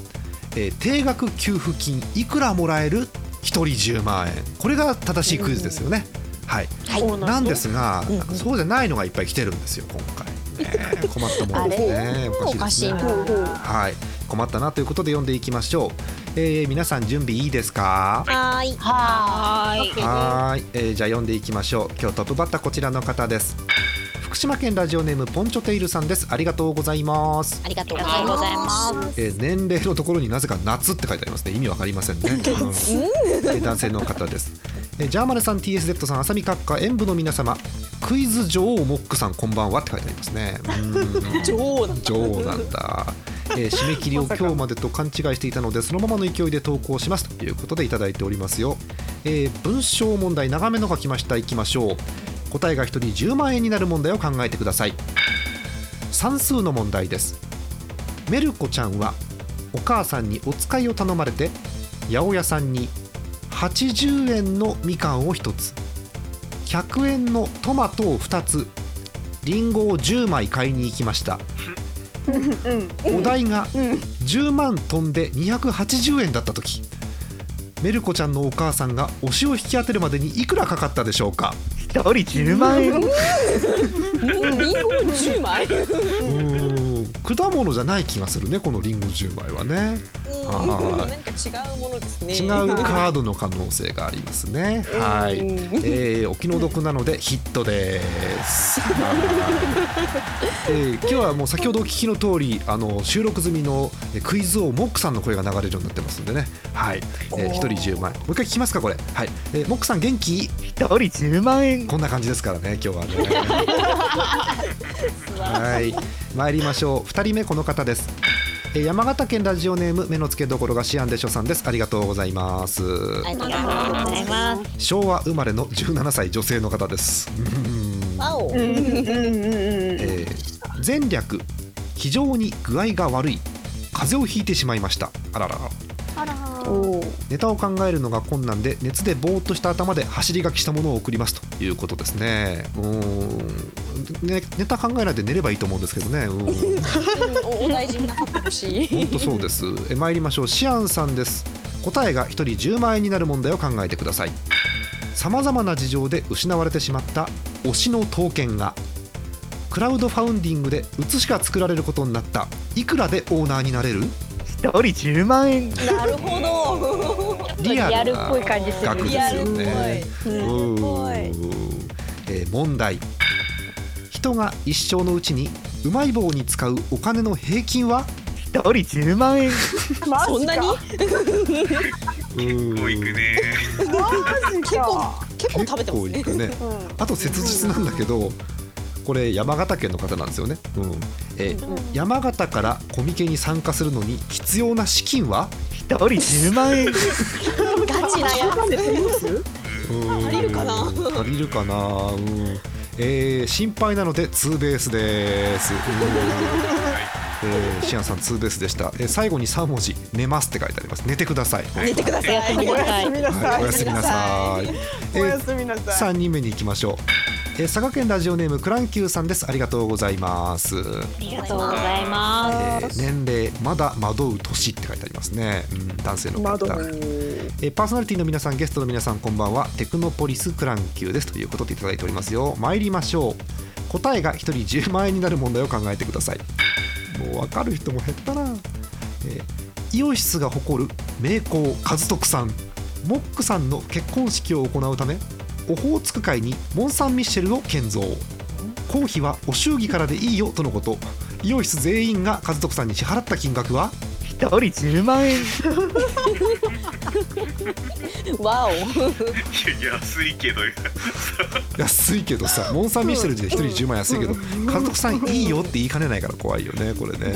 A: えー定額給付金いくらもらえる1人10万円これが正しいクイズですよね、はい、
E: そう
A: なん
E: で
A: ですすが、そうじゃないのがいっぱい来てるんですよ今回、ねえ、困ったもんですねおかしいですねはい困ったなということで読んでいきましょう、えー皆さん準備いいですか
C: はーい
A: はーい、えーじゃあ読んでいきましょう今日トップバッターこちらの方です福島県ラジオネームポンチョテイルさんですありがとうございます、
C: ありがとうございます
A: えー年齢のところになぜか夏って書いてありますね意味わかりませんね、うんえー男性の方ですえージャーマルさん TSZ さん浅見閣下演舞の皆様クイズ女王モックさんこんばんはって書いてありますねうん
E: 女王だ
A: 女王なんだ、えー締め切りを今日までと勘違いしていたのでそのままの勢いで投稿しますということでいただいておりますよ、えー文章問題長めの書きましたいきましょう答えが1人10万円になる問題を考えてください算数の問題ですメルコちゃんはお母さんにお使いを頼まれて八百屋さんに80円のみかんを1つ100円のトマトを2つりんごを10枚買いに行きましたお題が10万飛んで280円だった時メルコちゃんのお母さんが推しを引き当てるまでにいくらかかったでしょうか
K: 一人10万円
C: リンゴ10枚
A: 果物じゃない気がするねこのリンゴ10枚はね、
C: な
A: は
C: んか違うものですね
A: い違うカードの可能性がありますねはい、えーお気の毒なのでヒット ですえー今日はもう先ほどお聞きの通りあの収録済みのえークイズ王モックさんの声が流れるようになってますんでねはい、えー、1人10万円もう一回聞きますかこれはい、えーモックさん元気1人10万円こんな感じですからね今日はねはい参りましょう2人目この方ですえー山形県ラジオネーム目の付けどころがシアンでしょさんですありがとうございます
C: ありがとうございます
A: 昭和生まれの17歳女性の方です
C: 青うん
A: えー前略非常に具合が悪い風邪をひいてしまいましたあららネタを考えるのが困難で熱でぼーっとした頭で走り書きしたものを送りますということですねうーんねネタ考えないで寝ればいいと思うんですけどねうーん
C: おお大事になさってほしい
A: 本当そうですえ参りましょうシアンさんです答えが1人10万円になる問題を考えてくださいさまざまな事情で失われてしまった推しの刀剣がクラウドファウンディングで写しが作られることになったいくらでオーナーになれる1人10万円
C: なるほど
A: リアルな額
C: リ
A: で
C: ア
A: す
C: ル
A: よ
C: っぽい
A: ね。うんえー問題人が一生のうちにうまい棒に使うお金の平均は1人10万円
C: そんなに
A: 結構いくね
C: 結構結構食べてます
A: 結構
C: ね
A: いくねあと切実なんだけどこれ山形県の方なんですよね、うんえー山形からコミケに参加するのに必要な資金は1人10万円
C: ガチなやつ
A: 足
C: りるかな
A: 足りるかなうんえー心配なのでツーベースです、うんえーシアンさんツーベースでした、えー最後に3文字「寝ます」って書いてあります寝てください
C: 寝てください
E: おやすみなさ
A: はいいおやすみなさい
E: おやすみなさ
A: 3人目に行きましょう、えー佐賀県ラジオネームクランキューさんですありがとうございます
G: ありがとうございま
A: えー年齢まだ惑う年って書いてありますね、うん、男性の方
G: 惑う
A: えーパーソナリティの皆さんゲストの皆さんこんばんはテクノポリスクラン Q ですということでいただいておりますよ参りましょう答えが1人10万円になる問題を考えてくださいもう分かる人も減ったな、えーイオシスが誇る名工和徳さんモックさんの結婚式を行うためオホーツク海にモン・サン・ミッシェルを建造公費はお祝儀からでいいよとのことイオシス全員が和徳さんに支払った金額は1人10万円
C: わ
B: いや安いけど
A: 安いけど さモン・サン・ミシェルで1人10万円安いけど監督さんいいよって言いかねないから怖いよ ねこれね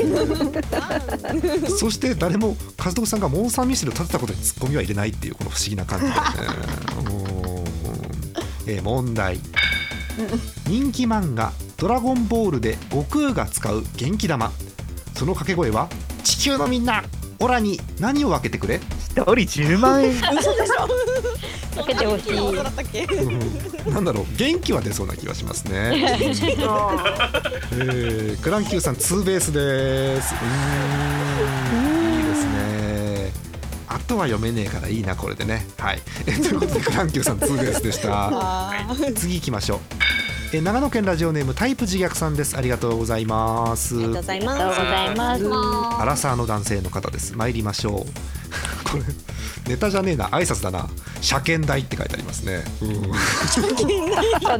A: そして誰も監督さんがモン・サン・ミシェルを立てたことにツッコミは入れないっていうこの不思議な感じ だよねおーえー問題人気漫画「ドラゴンボール」で悟空が使う元気玉その掛け声は「地球のみんなオラに何を分けてくれ?」1人10万円
C: お嘘でしょ
G: 分けてほしい
C: そうだったっけ
A: なんだろう元気は出そうな気がしますね。えークランキューさんツーベースです。うーんいいですね。あとは読めねえからいいなこれでね。はい。えということでクランキューさんツーベースでした。次行きましょう。え長野県ラジオネームタイプ自虐さんです。ありがとうございます。ありがと
C: うございますありがとうございます
A: アラサーの男性の方です。参りましょう。 これネタじゃねえな挨拶だな。車検代って書いてありますね。うん。
G: すそうねそうだ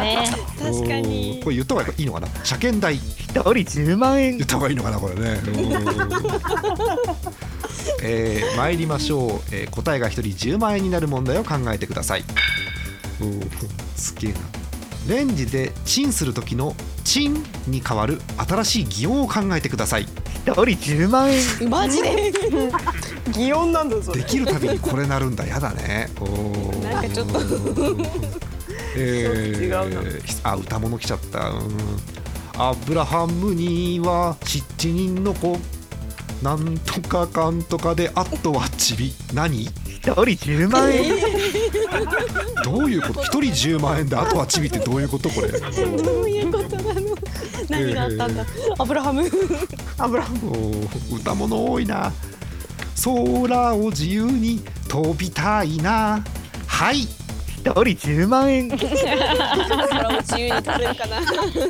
G: ね
A: 確かにこれ言った方がいいのかな車検代一人10万円言った方がいいのかなこれねうんえー参りましょう、えー答えが一人10万円になる問題を考えてくださいうんすげえなレンジでチンする時のチンに代わる新しい擬音を考えてください
K: ドリ10万円
E: マジで擬音なんだぞ
A: できるたびにこれなるんだやだねおー
E: なんかちょっ と
A: えー、
E: 違うな
A: あ歌物来ちゃったうんアブラハムには七人の子なんとかかんとかであとはちび何
K: ドリ10万円
A: どういうこと一人10万円であとはちびってどういうことこれ
C: どういうことなの何があったんだアブラハム
E: アブラハム
A: おー歌物多いな空を自由に飛びたいなはい
K: ドリ10万円
C: 空を自由に飛べるかな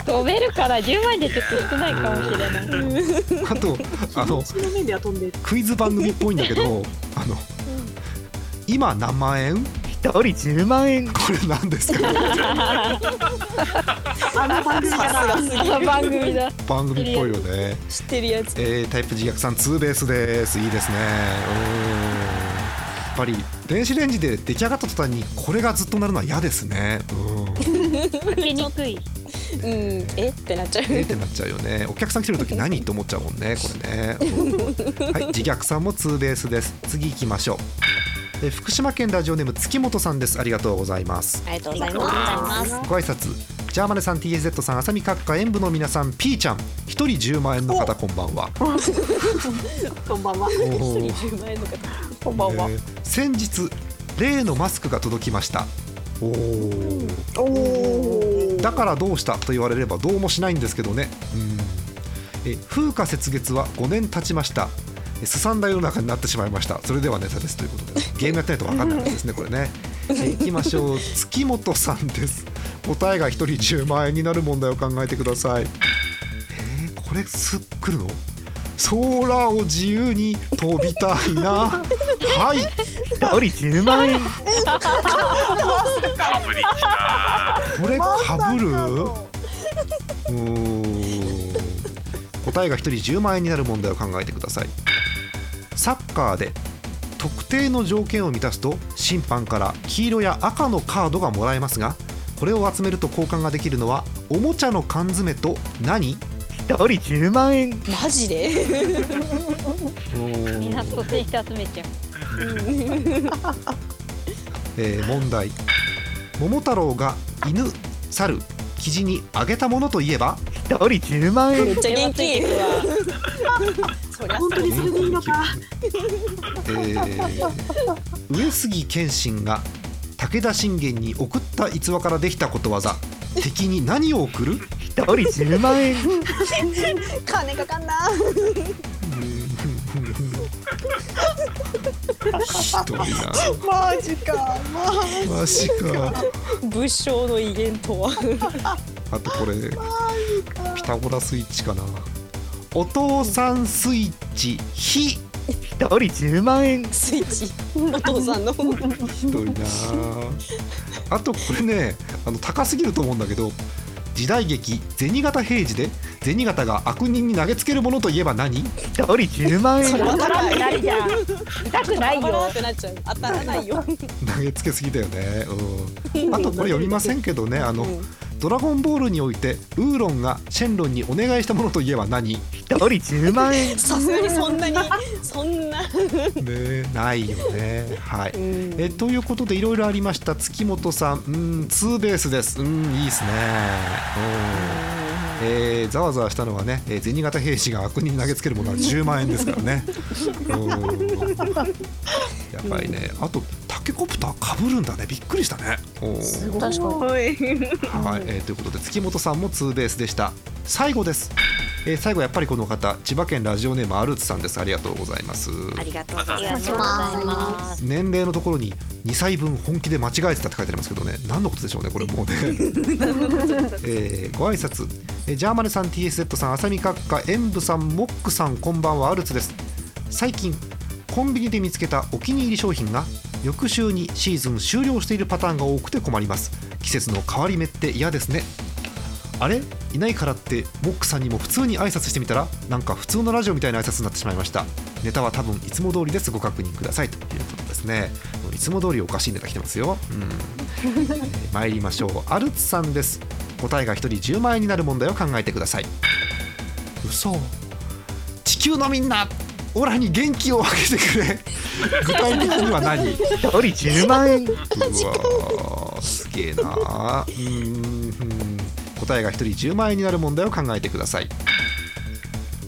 G: 飛べるから10万円でちょっと少ないかもしれない
A: あとあの
D: の面では飛んで
A: クイズ番組っぽいんだけどあの今何万円
K: ドリ10万円
A: これ何ですか
D: あの番組かな
G: あ番組だ
A: 番組っぽいよね、
C: 知ってるやつ
A: えータイプ自虐さんツーベースですいいですねうんやっぱり電子レンジで出来上がった途端にこれがずっとなるのは嫌ですねうん
G: 開けにくい
C: うんえってなっちゃう
A: えーってなっちゃうよねお客さん来てる時何と思っちゃうもんねこれね、うんはい自虐さんもツーベースです次行きましょうえー福島県ラジオネーム月本さんですありがとうございます
C: ありがとうございます
A: ご挨拶ジャーマネさん TSZ さん浅見閣下演舞の皆さん P ちゃん一人10万円の方こんばんは
D: こんばんは
A: おー
C: 10万円の方
E: こんばんは
A: えー先日例のマスクが届きましたおー
E: おお
A: だからどうしたと言われればどうもしないんですけどねうんえ風化雪月は5年経ちましたえすさんだ世の中になってしまいましたそれではネタですということでゲームやってないと分かんないですねこれねえいきましょう月本さんです答えが1人10万円になる問題を考えてくださいえーこれすっくるの空を自由に飛びたいなはい
K: ドリ10万円
B: かぶりきた
A: これかぶるうーん答えが1人10万円になる問題を考えてくださいサッカーで特定の条件を満たすと審判から黄色や赤のカードがもらえますがこれを集めると交換ができるのはおもちゃの缶詰と何
K: ドリ10万円
C: マジで
G: みんな率先して集めちゃう
A: えー問題桃太郎が犬猿キジにあげたものといえば
K: ドリ10万円
C: めっちゃ現金そりゃ
D: 本当にそれでいいのか
A: えー上杉謙信が武田信玄に送った逸話からできたことわざ敵に何を送る
K: ドリ10万円
C: 金かかんな
A: ひどいな
E: マジか
A: マジか
C: 武将の威厳とは
A: あとこれピタゴラスイッチかなお父さんスイッチひ
K: ドリ10万円
C: スイッチお父さんの
A: ひどいなあとこれねあの高すぎると思うんだけど時代劇「銭形平次」で銭形が悪人に投げつけるものといえば何
K: ドリ10万円
C: わ
G: 辛くないじゃん痛くない
C: バラ
G: よ
C: ってなっちゃう当たらない よ
A: 投げつけすぎだよね、うん、あとこれ読みませんけどねあの、
C: うん
A: ドラゴンボールにおいてウーロンがシェンロンにお願いしたものといえば何、ね
K: ドリ10万円
C: さすがにそんなにそんな
A: え、ないよね。はい、
C: ん
A: えということでいろいろありました月本さんうんツーベースですうんいいですね。うんえー、ざわざわしたのはね、えー、銭形兵士が悪人に投げつけるものは10万円ですから ね。うんやばいね。あとタケコプター被るんだね。びっくりしたね。うん
C: 確かに
A: はい、えーということで月本さんもツーベースでした最後です、えー最後やっぱりこの方千葉県ラジオネームアルツさんですありがとうございます
B: また
A: 年齢のところに2歳分本気で間違えてたって書いてありますけどね何のことでしょうねこれもうね、えーご挨拶、えージャーマネさん TSZ さん浅見閣下演武さんモックさんこんばんはアルツです最近コンビニで見つけたお気に入り商品が翌週にシーズン終了しているパターンが多くて困ります季節の変わり目って嫌ですねあれいないからってモックさんにも普通に挨拶してみたらなんか普通のラジオみたいな挨拶になってしまいましたネタは多分いつも通りですご確認くださいということですねいつも通りおかしいネタ来てますよ、うん えー参りましょうアルツさんです答えが1人10万円になる問題を考えてください嘘地球のみんなオラに元気をあげてくれ具体的には何
K: 一人10万円
A: うわーすげえなーうーんうん答えが1人10万円になる問題を考えてください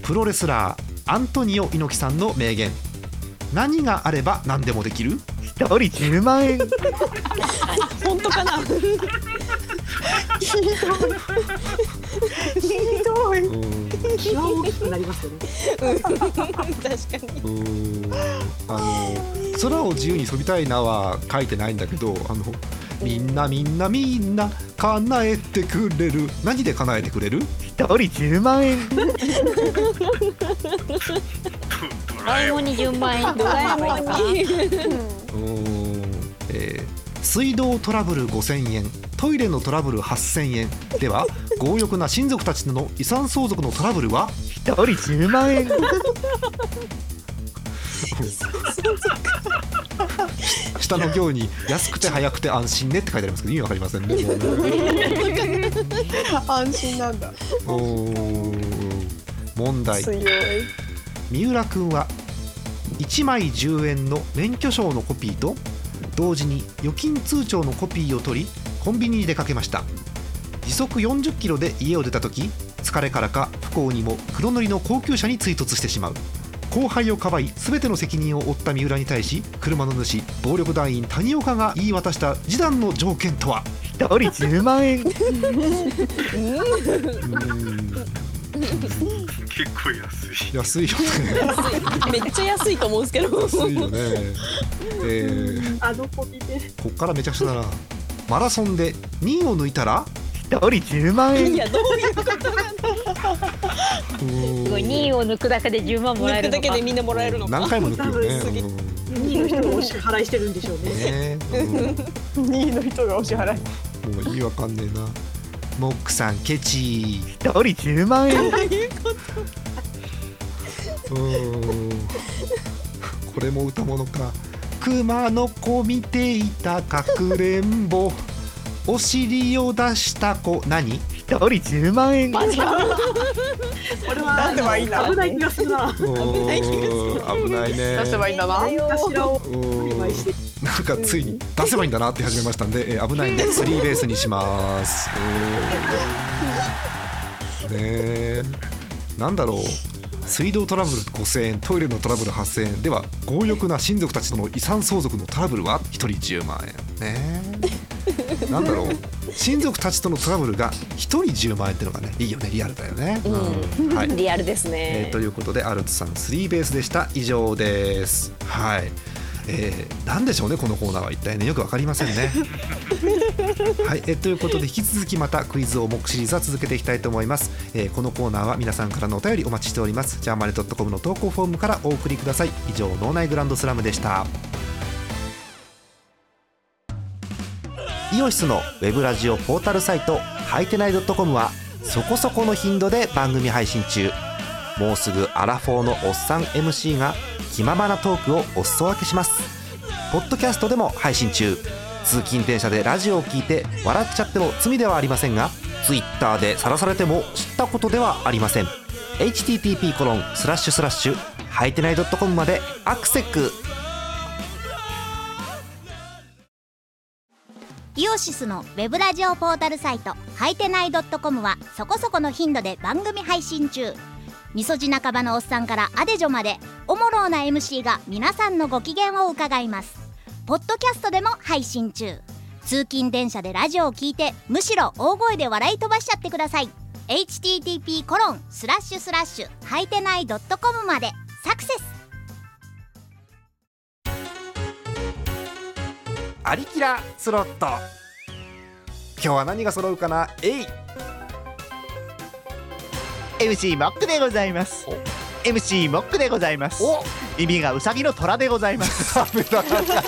A: プロレスラーアントニオ猪木さんの名言何があれば何でもできる
K: 一人10万円
E: 本当かな。
D: ひどい。
A: うん
D: 気は大きくなりますよね。
A: あの空を自由に飛びたいなは書いてないんだけどあのみんなみんなみんな叶えてくれる何で叶えてくれる
K: 一人10万円
G: ドラえもんに順番円
C: ドラえもん
A: う
C: に
A: ーんえー水道トラブル5000円トイレのトラブル8000円では強欲な親族たちの遺産相続のトラブルは
K: 一人10万円
A: 下の行に「安くて早くて安心ね」って書いてありますけど意味わかりませんね。もうね
E: 安心なんだ。
A: おー問題
E: 強い。
A: 三浦君は1枚10円の免許証のコピーと同時に預金通帳のコピーを取りコンビニに出かけました時速40キロで家を出た時疲れからか不幸にも黒塗りの高級車に追突してしまう後輩をかばい全ての責任を負った三浦に対し車の主暴力団員谷岡が言い渡した示談の条件とは
K: 一人10万 円
B: 結構安い
A: 安いよね
C: めっちゃ安いと思うんですけど
A: 安いよねえー
D: あのコピで。
A: こっからめちゃくちゃだな。マラソンで2位を抜いたら
K: 一人10万円
C: いやどういうこと
G: すごい2位を抜くだけで10万もらえ
C: 抜
G: る
C: く
G: の
C: だ
G: か
C: けでみんなもらえるのか
A: 何回も抜くよね
C: 多分すぎ。
D: 2位の人がお支払いしてるんでしょう
A: うん
D: ね。
A: ねうん
E: 2位の人がお支払い。
A: もう意味わかんねえな。モックさんケチ。
K: 一人10万円
A: うんこれも歌物か。熊の子見ていたかくれんぼ。お尻を出した子何
K: 一人10万円
D: これ
E: 出せばいいな
D: は危ない気がするな。
A: 危ない危ないね
E: 出せばいいんだな。
D: 何かしらを
A: うん
D: お願いして。
A: なんかついに出せばいいんだなって始めましたんで、えー危ないんでスリーベースにします。うんねえ、なんだろう。水道トラブル5000円、トイレのトラブル8000円、では強欲な親族たちとの遺産相続のトラブルは1人10万円。ねえ、なんだろう。親族たちとのトラブルが1人10万円ってのがね、いいよね、リアルだよね。うんはい。
C: リアルです
A: え
C: ね
A: ーということでアルツさんスリーベースでした以上ですはい、えー、何でしょうねこのコーナーは一体ねよくわかりませんねはい、えーということで引き続きまたクイズを目シリーズは続けていきたいと思います、えーこのコーナーは皆さんからのお便りお待ちしておりますジャーマネドットコムの投稿フォームからお送りください以上脳内グランドスラムでしたイオシスのウェブラジオポータルサイトはいてない .com はそこそこの頻度で番組配信中もうすぐアラフォーのおっさん MC が気ままなトークをお裾分けしますポッドキャストでも配信中通勤電車でラジオを聞いて笑っちゃっても罪ではありませんが Twitter で晒されても知ったことではありません http コロンスラッシュスラッシュはいてない .com までアクセック
I: イオシスのウェブラジオポータルサイトはいてない .com はそこそこの頻度で番組配信中みそじ半ばのおっさんからアデジョまでおもろうな MC が皆さんのご機嫌を伺いますポッドキャストでも配信中通勤電車でラジオを聞いてむしろ大声で笑い飛ばしちゃってください http コロンスラッシュスラッシュはいてない .com までサクセス
A: アリキラスロット今日は何が揃うかなえい
K: MC モックでございます MC モックでございます
A: お
K: 耳がウサギの虎でございます
A: ダメだ変な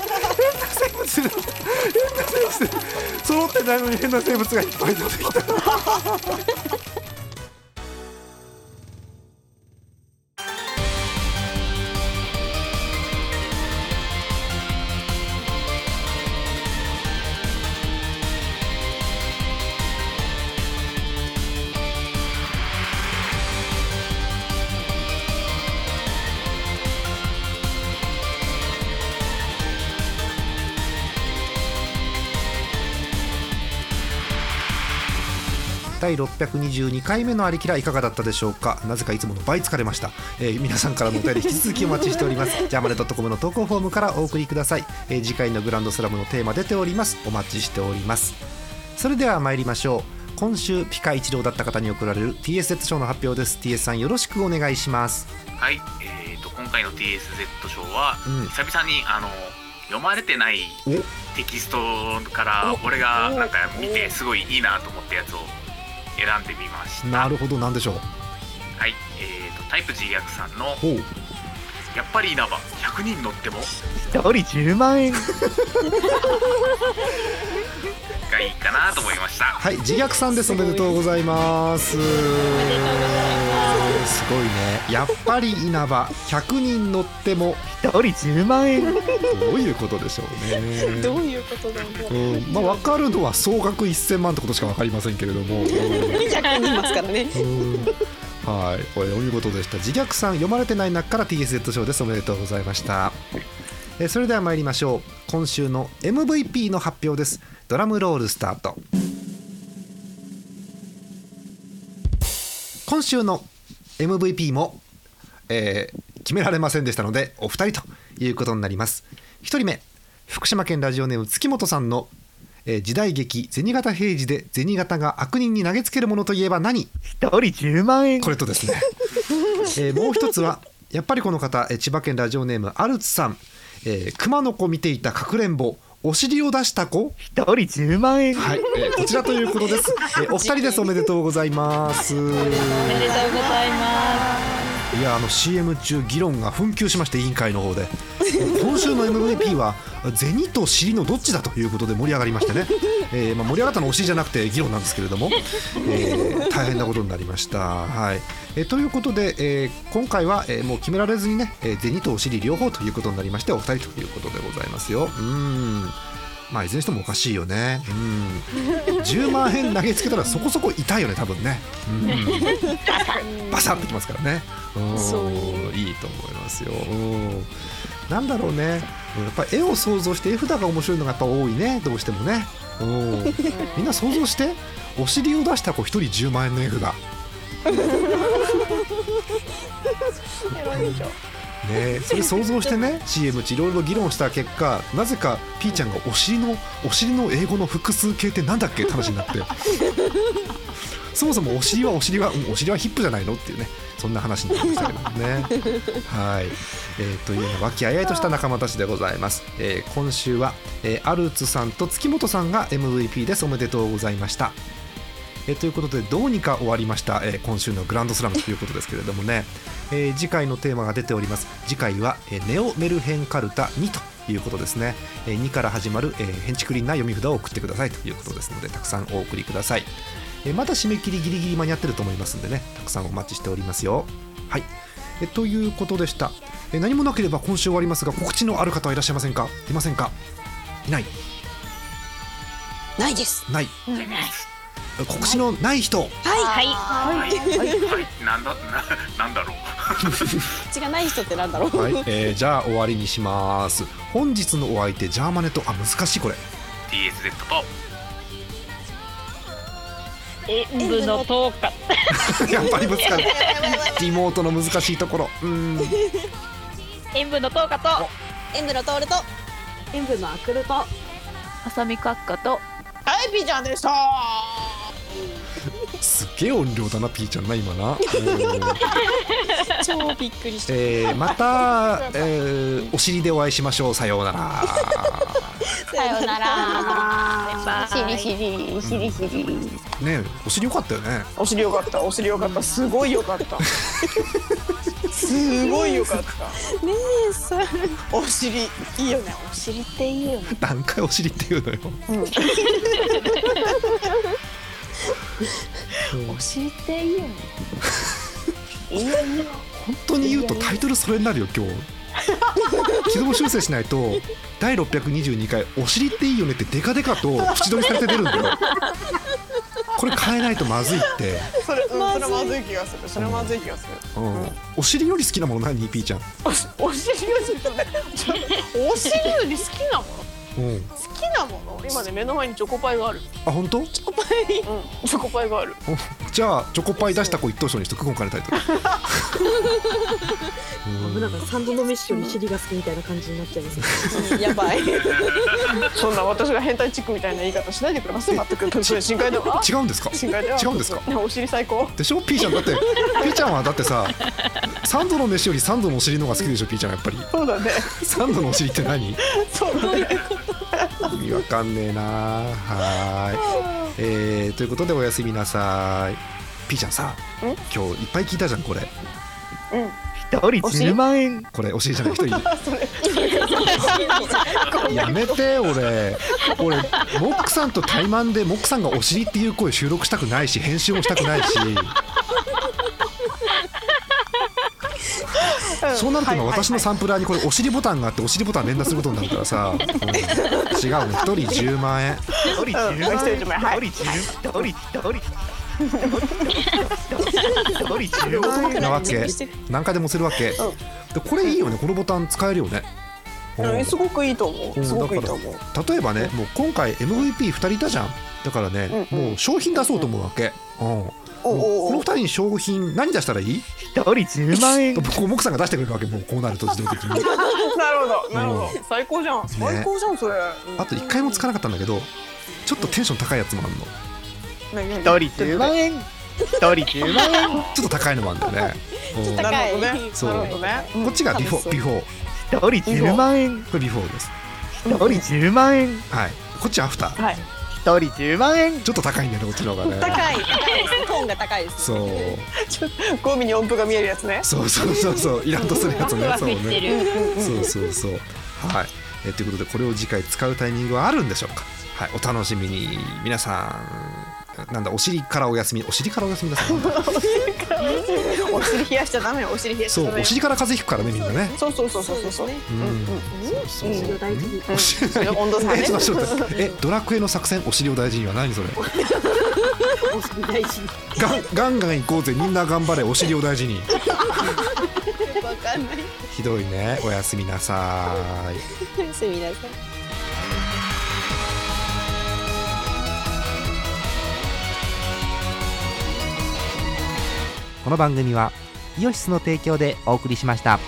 A: 生物だ変な生物だ揃ってないのに変な生物がいっぱい出てきた第622回目のありきらいかがだったでしょうかなぜかいつもの倍疲れました、えー皆さんからのお便り引き続きお待ちしておりますじゃあまね .com の投稿フォームからお送りください、えー次回のグランドスラムのテーマ出ておりますお待ちしておりますそれでは参りましょう今週ピカ一郎だった方に贈られる TSZ 賞の発表です TS さんよろしくお願いします
B: はい、えー、と今回の TSZ 賞は、
A: うん
B: 久々にあの読まれてない
A: お
B: テキストから俺がなんか見てすごいいいなと思ったやつを選んでみました
A: なるほどなんでしょう
B: はい、えー、とタイプ G 役さんの
A: ほう
B: 「やっぱり稲葉100人乗っても
K: 一人10万 円」
B: がいいかなと思いました
A: はい自虐さんですおめでとうございますすごいねやっぱり稲葉100人乗っても
K: 一人10万円
A: どういうことでしょうね
E: どういうことだろう
A: うんまあ、分かるのは総額1000万ってことしか分かりませんけれども、うん
E: 100人いますからね
A: うんはいこれお見事でした自虐さん読まれてない中から TSZ 賞ですおめでとうございましたえーそれでは参りましょう今週の MVP の発表ですドラムロールスタート今週の MVP も、えー決められませんでしたのでお二人ということになります1人目福島県ラジオネーム月本さんの、えー時代劇「銭形平次」で銭形が悪人に投げつけるものといえば何
K: 一人10万円
A: これとですね、えーもう一つはやっぱりこの方えー千葉県ラジオネームアルツさん、えー、熊の子見ていたかくれんぼお尻を出した子
K: 一人10万円
A: はい、えーこちらということです、えーお二人ですおめでとうございます
G: おめでとうございます
A: いやあの CM 中議論が紛糾しまして委員会の方で えー今週の MVP は銭と尻のどっちだということで盛り上がりましてね、えーまあ、盛り上がったのはお尻じゃなくて議論なんですけれども、えー大変なことになりました。はいえーということで、えー今回は、えーもう決められずにね、えー銭とお尻両方ということになりましてお二人ということでございますよ。うーんまあ、いずれにしてもおかしいよね。うん。10万円投げつけたらそこそこ痛いよね、多分ね。うん。バサッときますからね。うん
E: そう
A: いいと思いますよ。うんなんだろうね、うんやっぱ絵を想像して絵札が面白いのがやっぱ多いね、どうしてもね。うん みんな想像して、お尻を出した子一人10万円の絵札。ねえそれ想像してね CM 中いろいろ議論した結果なぜか P ちゃんがお尻のお尻の英語の複数形ってなんだっけって話になってそもそもお尻はお尻は、うんお尻はヒップじゃないのっていうねそんな話になりましたけどね。はい、えーというような和気あいあいとした仲間たちでございます。えー今週は、えーアルツさんと月本さんが MVP ですおめでとうございました。えーということでどうにか終わりました、えー今週のグランドスラムということですけれどもね、えー次回のテーマが出ております次回は、えーネオメルヘンカルタ2ということですね、えー2から始まる、えー、ヘンチクリンな読み札を送ってくださいということですのでたくさんお送りください、えーまだ締め切りギリギリ間に合ってると思いますんでねたくさんお待ちしておりますよはい、えーということでした、えー何もなければ今週終わりますが告知のある方はいらっしゃいませんかいませんかいない
C: ないです
A: ない告知のない人
C: はい
B: はい、はい、なんだななんだろう
C: 口がない人ってなんだろう
A: はい、えーじゃあ終わりにします本日のお相手ジャーマネとあ難しいこれ
B: TSZ と
G: 演舞の10日
A: やっぱりぶつかる リモートの難しいところうーん
G: 演舞の10日と
C: エンブロトールと
D: 塩分のアクルと
F: ハサミカッカと
E: はいピーちゃんでした
A: すっげえ音量だなピーちゃんな今な、うん
E: 超びっくりした
A: えーまた、えーお尻でお会いしましょうさようなら
C: さようなら
G: しりしりしりしり
A: ねえお尻よかったよね
E: お尻よかったお尻よかったすごいよかったすごいよかった
C: ねえさ
E: お尻いいよねお尻
C: 知っていいよね
A: 何回お尻って言うのよ
C: 知っていいよね
A: 本当に言うとタイトルそれになるよ今日軌道修正しないと第622回「お尻っていいよね」ってデカデカと口取りされて出るんだよこれ変えないとまずいって、
E: それ、うん、それまずい気がするそれまずい気がする
A: うん、お尻より好きなもの何 p ちゃん
E: おお尻より好きだねちょお尻より好きなもの
A: うん
E: 好きなもの今ね目の前にチョコパイがある
A: あ本当
E: チョコパイ、うん、チョコパイがある
A: じゃあチョコパイ出した子一等賞にしとく今回のタイトル
D: 危なかったサンドのメッシュより尻が好きみたいな感じになっちゃいますね
E: やばいそんな私が変態チックみたいな言い方しないでく ださい全くそれ深海では
A: 違うんですか
E: 深海では
A: 違うんですか
E: ねお尻最高
A: でしょ P ちゃんだって P ちゃんはだってさサンドの飯よりサンドのお尻の方が好きでしょ P ちゃんはやっぱり
E: そうだね
A: サンドのお尻って何
E: そうだね
A: 意味わかんねえなはーい、えー、ということでおやすみなさい P ちゃんさ今日いっぱい聞いたじゃんこれ
E: うん
K: 一人10万円
A: これお尻じゃない一人
E: それ
A: やめて俺俺モックさんと対マンでモックさんがお尻っていう声収録したくないし編集もしたくないしそうなると今私のサンプラーにこれお尻ボタンがあってお尻ボタン連打することになるからさ、うん違うね一人10万円
K: 一人10万円
E: うん一人10万円はい
K: 一人10万円一人10万円
A: なわけ何回でも押せるわけ、でこれいいよねこのボタン使えるよね、
E: うんすごくいいと
A: う
E: 思うんすごくいい
A: だか
E: と思う
A: ら例えばねもう今回 MVP2 人いたじゃんだからね、
E: うんうん
A: もう商品出そうと思うわけ、うんも
E: お
A: うこ
E: お
A: の2
E: お
A: 人に商品何出したらいい
K: 一人10万円
A: 僕もくさんが出してくれるわけもうこうなると自動的に
E: なるほどなるほど最高じゃん最高じゃんそれ
A: あと1回もつかなかったんだけどちょっとテンション高いやつもあるの
E: 一
K: 一人10万円一人10万円
A: ちょっと高いのもあるんだよね、うん
E: なるほどねなる
A: そう
E: ほどね
A: こっちがビフォービフォー
K: 一人10万円
A: これビフォーです
K: 一人10万円
A: はいこっちアフター
E: はい
K: 一人10万円
A: ちょっと高いんだよねこっちの方がね
C: 高い高いですトーンが高いです
A: そう
E: ちょっとゴミに音符が見えるやつね
A: そうそうそうそうイラッとするやつね
G: ワク
A: そう
G: ワクして
A: ね
G: る
A: そうそうそうはいえということでこれを次回使うタイミングはあるんでしょうかはいお楽しみに皆さんなんだお尻からお休みお尻からお休みださい
E: お尻冷やしちゃダメよお尻冷やしち
A: そ
E: ゃダ
A: う
E: メ
A: お
E: よ
A: 尻から風邪ひくからねみんなね
E: そうそうそうそうそうそう
A: うんそうそう
D: 尻を大事に
A: お尻
E: それ温度差
A: え
E: ね
A: ちょっとちょっと待ってえドラクエの作戦お尻を大事には何それ
D: お尻大事に
A: ガンガンガン行こうぜみんな頑張れお尻を大事 に
E: わかんない
A: ひどいねおやすみなさーい
C: すみません
L: この番組はイオシスの提供でお送りしました。